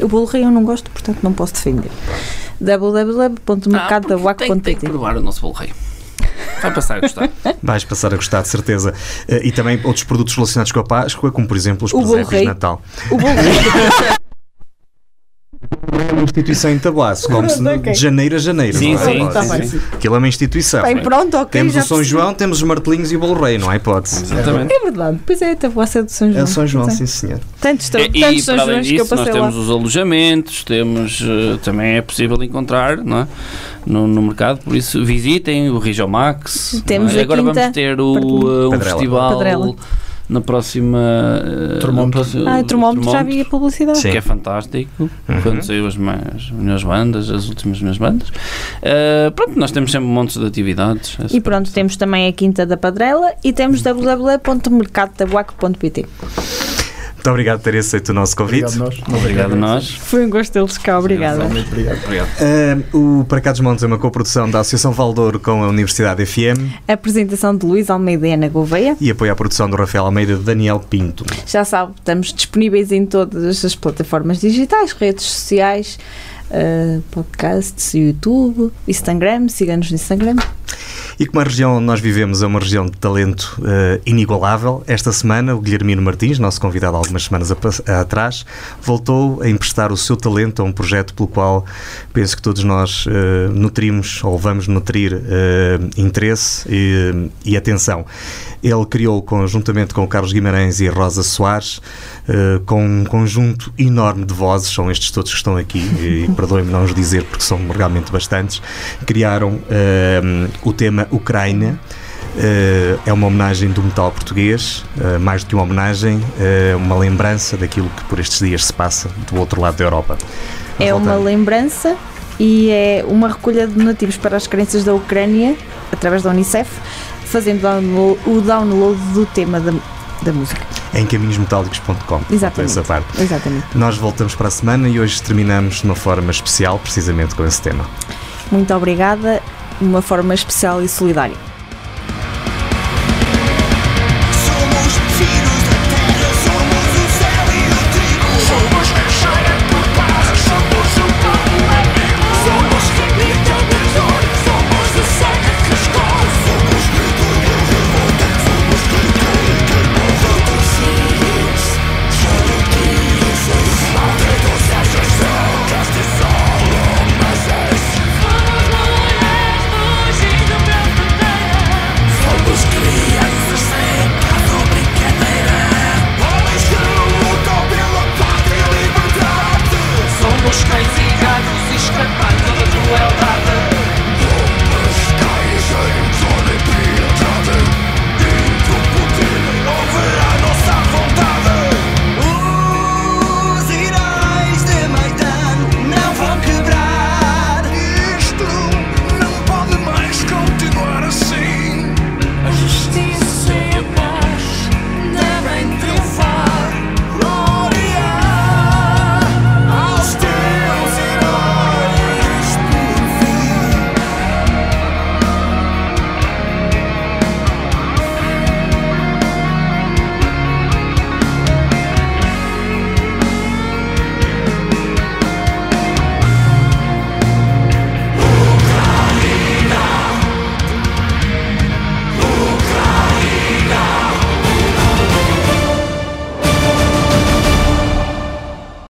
Speaker 9: O bolo rei eu não gosto, portanto não posso defender.
Speaker 4: Ah, tem, tem que
Speaker 2: www.mercadotabuaco.pt
Speaker 4: provar o nosso bolo rei. Vai passar a gostar.
Speaker 1: Vais passar a gostar, de certeza. Eh, E também outros produtos relacionados com a Páscoa, como por exemplo os
Speaker 2: O bolo
Speaker 1: presépios de
Speaker 2: rei.
Speaker 1: Natal.
Speaker 2: O bolo
Speaker 1: É uma instituição em tabuaço, come-se no-
Speaker 2: Ok.
Speaker 1: de janeiro a janeiro.
Speaker 4: sim,
Speaker 1: não há
Speaker 4: sim,
Speaker 1: hipótese.
Speaker 4: sim, sim.
Speaker 1: Aquilo é uma instituição.
Speaker 2: Bem, pronto, ok.
Speaker 1: temos
Speaker 2: já
Speaker 1: o São
Speaker 2: percebi.
Speaker 1: João, temos os martelinhos e o bolo rei, não há hipótese.
Speaker 4: Exatamente.
Speaker 2: É verdade, pois é, a tabuaça do São João. Pois é.
Speaker 1: senhor.
Speaker 2: Tantos,
Speaker 4: E,
Speaker 2: tantos
Speaker 4: e
Speaker 2: São
Speaker 4: para além
Speaker 2: Joões que eu
Speaker 4: disso, nós
Speaker 2: passei lá.
Speaker 4: temos os alojamentos, temos eh, também é possível encontrar não é? no, no mercado, por isso visitem o Rijomax.
Speaker 2: Temos
Speaker 4: não é?
Speaker 2: a
Speaker 4: Agora
Speaker 2: quinta
Speaker 4: vamos ter o, eh, um
Speaker 1: Pedrela.
Speaker 4: festival
Speaker 2: Pedrela.
Speaker 4: na próxima. eh,
Speaker 3: Termómetro.
Speaker 4: no próximo-
Speaker 2: é
Speaker 9: Ah, o termómetro já vi a
Speaker 4: termómetro,
Speaker 9: publicidade.
Speaker 1: Sim.
Speaker 4: Que é fantástico, quando saiu as, mais, as minhas bandas, as últimas minhas bandas. Eh, pronto, nós temos sempre montes de atividades.
Speaker 2: E pronto, temos também a Quinta da Padrela e temos www.mercadotabuaco.pt.
Speaker 1: Muito obrigado por ter aceito o nosso convite.
Speaker 3: Obrigado, nós.
Speaker 4: Obrigado a é nós.
Speaker 2: Foi um gosto deles cá,
Speaker 4: é
Speaker 2: obrigada.
Speaker 3: Muito obrigado.
Speaker 1: Ah, o Para Cá dos Montes é uma coprodução da Associação Valdouro com a Universidade FM
Speaker 2: A apresentação de Luís Almeida e Ana Gouveia.
Speaker 1: e apoia a produção do Rafael Almeida e do Daniel Pinto.
Speaker 2: Já sabe, estamos disponíveis em todas as plataformas digitais, redes sociais, eh, podcasts, YouTube, Instagram, siga-nos no Instagram.
Speaker 1: E como a região onde nós vivemos é uma região de talento eh, inigualável, esta semana o Guilhermino Martins, nosso convidado há algumas semanas a pas- a- atrás, voltou a emprestar o seu talento a um projeto pelo qual penso que todos nós eh, nutrimos ou vamos nutrir eh, interesse e, e atenção. Ele criou conjuntamente com o Carlos Guimarães e a Rosa Soares, eh, com um conjunto enorme de vozes, são estes todos que estão aqui, e, e perdoem-me não os dizer porque são realmente bastantes, criaram eh, o tema Ucrânia. Eh, é uma homenagem do metal português, eh, mais do que uma homenagem, eh, uma lembrança daquilo que por estes dias se passa do outro lado da Europa. Mas
Speaker 2: É uma
Speaker 1: voltando.
Speaker 2: lembrança e é uma recolha de donativos para as crianças da Ucrânia, através da Unicef, fazendo download- o download do tema da, da música.
Speaker 1: em caminhosmetálicos.com.
Speaker 2: Exatamente.
Speaker 1: Essa parte.
Speaker 2: Exatamente.
Speaker 1: Nós voltamos para a semana e hoje terminamos de uma forma especial, precisamente com esse tema.
Speaker 2: Muito obrigada, de uma forma especial e solidária.